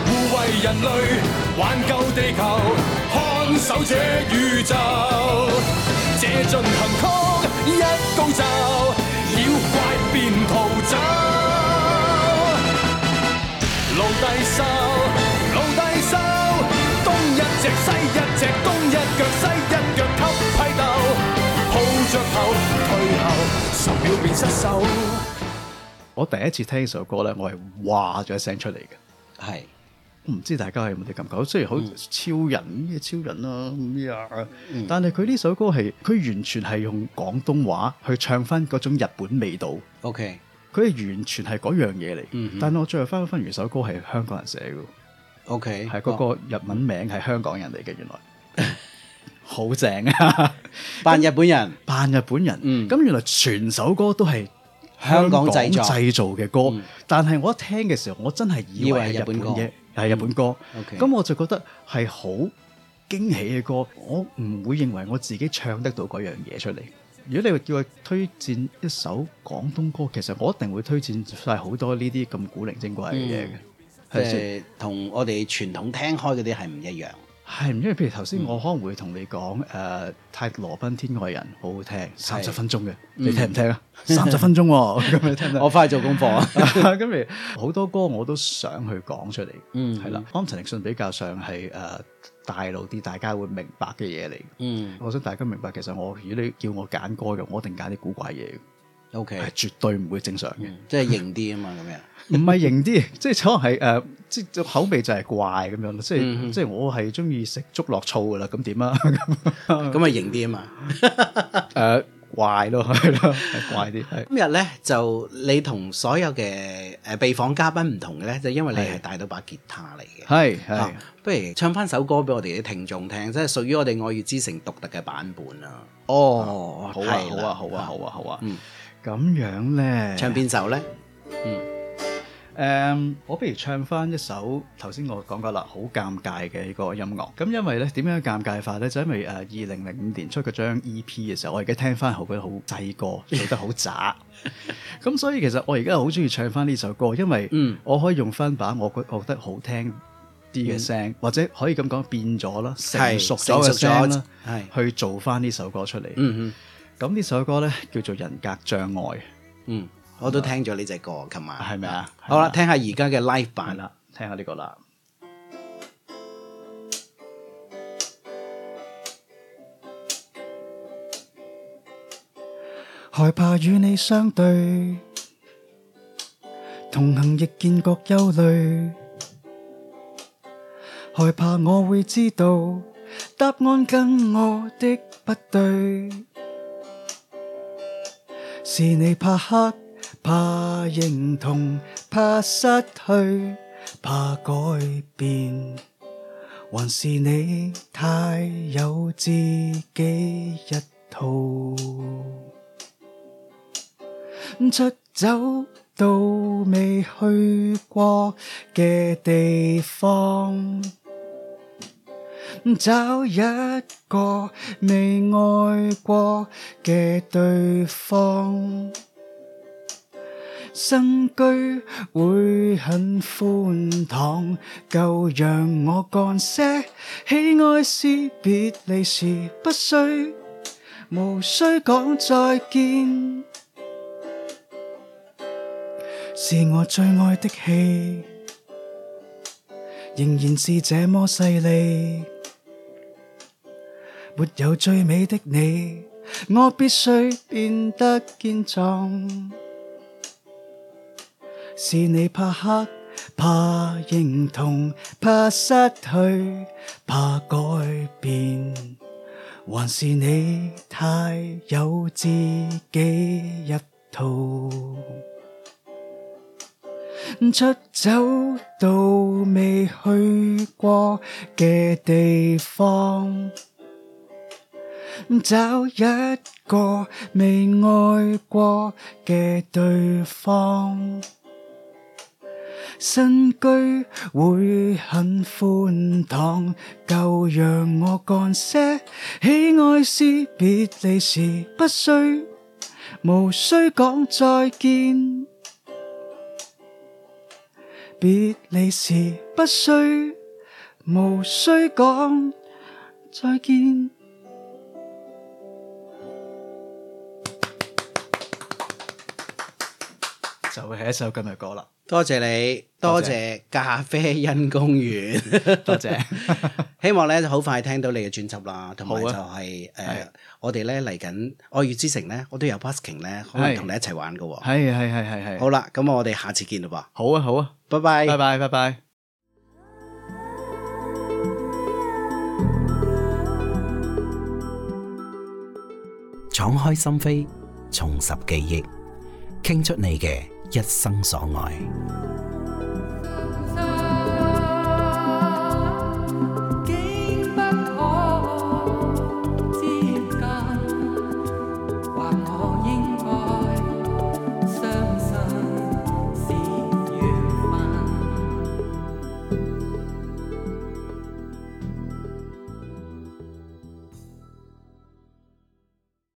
Speaker 11: 護衛人類，挽救地球，看守這宇宙。這進行曲一高奏，妖怪便逃走。奴隸獸，奴隸獸，東一隻西一隻，東一腳西一腳給批鬥，抱着頭退後，十秒便失手。
Speaker 2: 我第一次聽呢首歌咧，我係哇咗一聲出嚟嘅。
Speaker 1: 係，
Speaker 2: 唔知大家有冇啲感覺？雖然好
Speaker 1: 嗯
Speaker 2: 超人咩超人啊咩啊，但係佢呢首歌係佢完全係用廣東話去唱翻嗰種日本味道。
Speaker 1: OK，
Speaker 2: 佢係完全係嗰樣嘢嚟。
Speaker 1: 嗯哼
Speaker 2: 但係我最後翻翻原首歌係香港人寫嘅。
Speaker 1: OK，
Speaker 2: 係嗰個日文名係香港人嚟嘅，原來 好正啊！
Speaker 1: 扮日本人，
Speaker 2: 扮日本人。咁原來全首歌都係。
Speaker 1: 嗯香港製作嗯
Speaker 2: 製造嘅歌，但係我一聽嘅時候，我真係以為係日本
Speaker 1: 以為
Speaker 2: 嘅
Speaker 1: 日，嗯
Speaker 2: 係日本歌。
Speaker 1: OK
Speaker 2: 咁我就覺得係好驚喜嘅歌，我唔會認為我自己唱得到嗰樣嘢出嚟。如果你叫我推薦一首廣東歌，其實我一定會推薦晒好多呢啲咁古靈精怪嘅嘢嘅，
Speaker 1: 嗯即
Speaker 2: 係咪先
Speaker 1: 係同我哋傳統聽開嗰啲係唔一樣。
Speaker 2: 係唔因為譬如頭
Speaker 1: 嗯
Speaker 2: 先我可能會同你講誒、呃泰羅賓天外人好好聽，三十分鐘嘅，你聽唔聽 啊？三十分鐘喎，咁你聽唔聽？
Speaker 1: 嗯我翻去做功課啊
Speaker 2: 咁你好多歌我都想去講出嚟，
Speaker 1: 嗯
Speaker 2: 係啦。我諗陳奕迅比較上係誒、呃大路啲，大家會明白嘅嘢嚟。
Speaker 1: 嗯
Speaker 2: 我想大家明白，其實我如果你叫我揀歌嘅，我一定揀啲古怪嘢嘅。
Speaker 1: O K，
Speaker 2: 係絕對唔會正常嘅，
Speaker 1: 即係型啲啊嘛，咁樣。
Speaker 2: 唔係型啲， 即係可能係誒、呃即係口味就係怪咁樣咯。即係、
Speaker 1: 嗯哼
Speaker 2: 即係我係中意食粥落醋噶啦，咁點啊？
Speaker 1: 咁咪型啲啊嘛。
Speaker 2: 誒、怪呃 咯，係咯，係怪啲，係
Speaker 1: 今日咧就你同所有嘅誒被訪嘉賓唔同嘅咧，就因為你係
Speaker 2: 係
Speaker 1: 帶到把吉他嚟嘅。
Speaker 2: 係啊
Speaker 1: 嚇
Speaker 2: 係。
Speaker 1: 啊不如唱翻首歌俾我哋啲聽眾聽，即係屬於我哋愛粵之城獨特嘅版本啊啦。
Speaker 2: 哦，好啊，
Speaker 1: 係
Speaker 2: 好
Speaker 1: 啦
Speaker 2: 啊，好啊，好啊，好啊
Speaker 1: 嗯。
Speaker 2: 咁樣咧，
Speaker 1: 唱邊首咧？
Speaker 2: 誒我不如唱翻一首頭先我講過啦，好尷尬嘅呢個音樂。咁因為咧點樣尷尬法咧，就因為誒呃二零零五年出嗰張 EP 嘅時候，我而家聽翻後覺得好細個，做得好 渣。咁所以其實我而家好中意唱翻呢首歌，因為
Speaker 1: 嗯
Speaker 2: 我可以用翻把我覺我覺得好聽
Speaker 1: 嗯
Speaker 2: 啲嘅聲，或者可以咁講變咗啦，成熟咗嘅聲啦，
Speaker 1: 係
Speaker 2: 去做翻呢首歌出嚟。
Speaker 1: 嗯
Speaker 2: 咁呢首歌咧叫做《人格障礙》，
Speaker 1: 嗯，我都聽咗呢只歌，琴晚
Speaker 2: 係咪啊？
Speaker 1: 好啦，聽下而家嘅 live 版
Speaker 2: 啦，聽下呢個啦。
Speaker 3: 害怕與你相對，同行亦見覺憂慮，害怕我會知道答案跟我的不對，是你怕黑，怕認同，怕失去，怕改變，還是你太有自己一套？出走到未去過嘅地方，找一個你愛過嘅對方，新居會很寬敞，夠讓我幹些喜愛事，別離時不需無需講再見，
Speaker 12: 是我最愛的戲，仍然是這麼細膩。沒有最美的你，
Speaker 3: 我必須變得健壯。
Speaker 12: 是你怕黑，
Speaker 3: 怕認同，怕失去，怕改變，還是你太有自己一套。
Speaker 12: 出走到未去過嘅地方。
Speaker 3: 找一個未愛過嘅對方，
Speaker 12: 新居會很寬敞，夠讓我幹些喜愛事。別離時不需無需講再見，別離時不需無需講再見。
Speaker 3: 就係一首今日歌啦。
Speaker 1: 多謝你，多謝咖啡因公園，
Speaker 3: 多謝。
Speaker 1: 希望咧好快聽到你嘅專輯啦，同埋就
Speaker 3: 好啊
Speaker 1: 係誒
Speaker 3: 係
Speaker 1: 我哋咧嚟緊愛粵之城咧，我都有 busking 咧，可能同你一齊玩嘅喎。
Speaker 3: 係係係係係。
Speaker 1: 好啦，咁我哋下次見嘞噃。
Speaker 3: 好啊好啊，
Speaker 1: 拜拜
Speaker 3: 拜拜拜拜。
Speaker 13: 敞開心扉，重拾記憶，傾出你嘅一生所愛。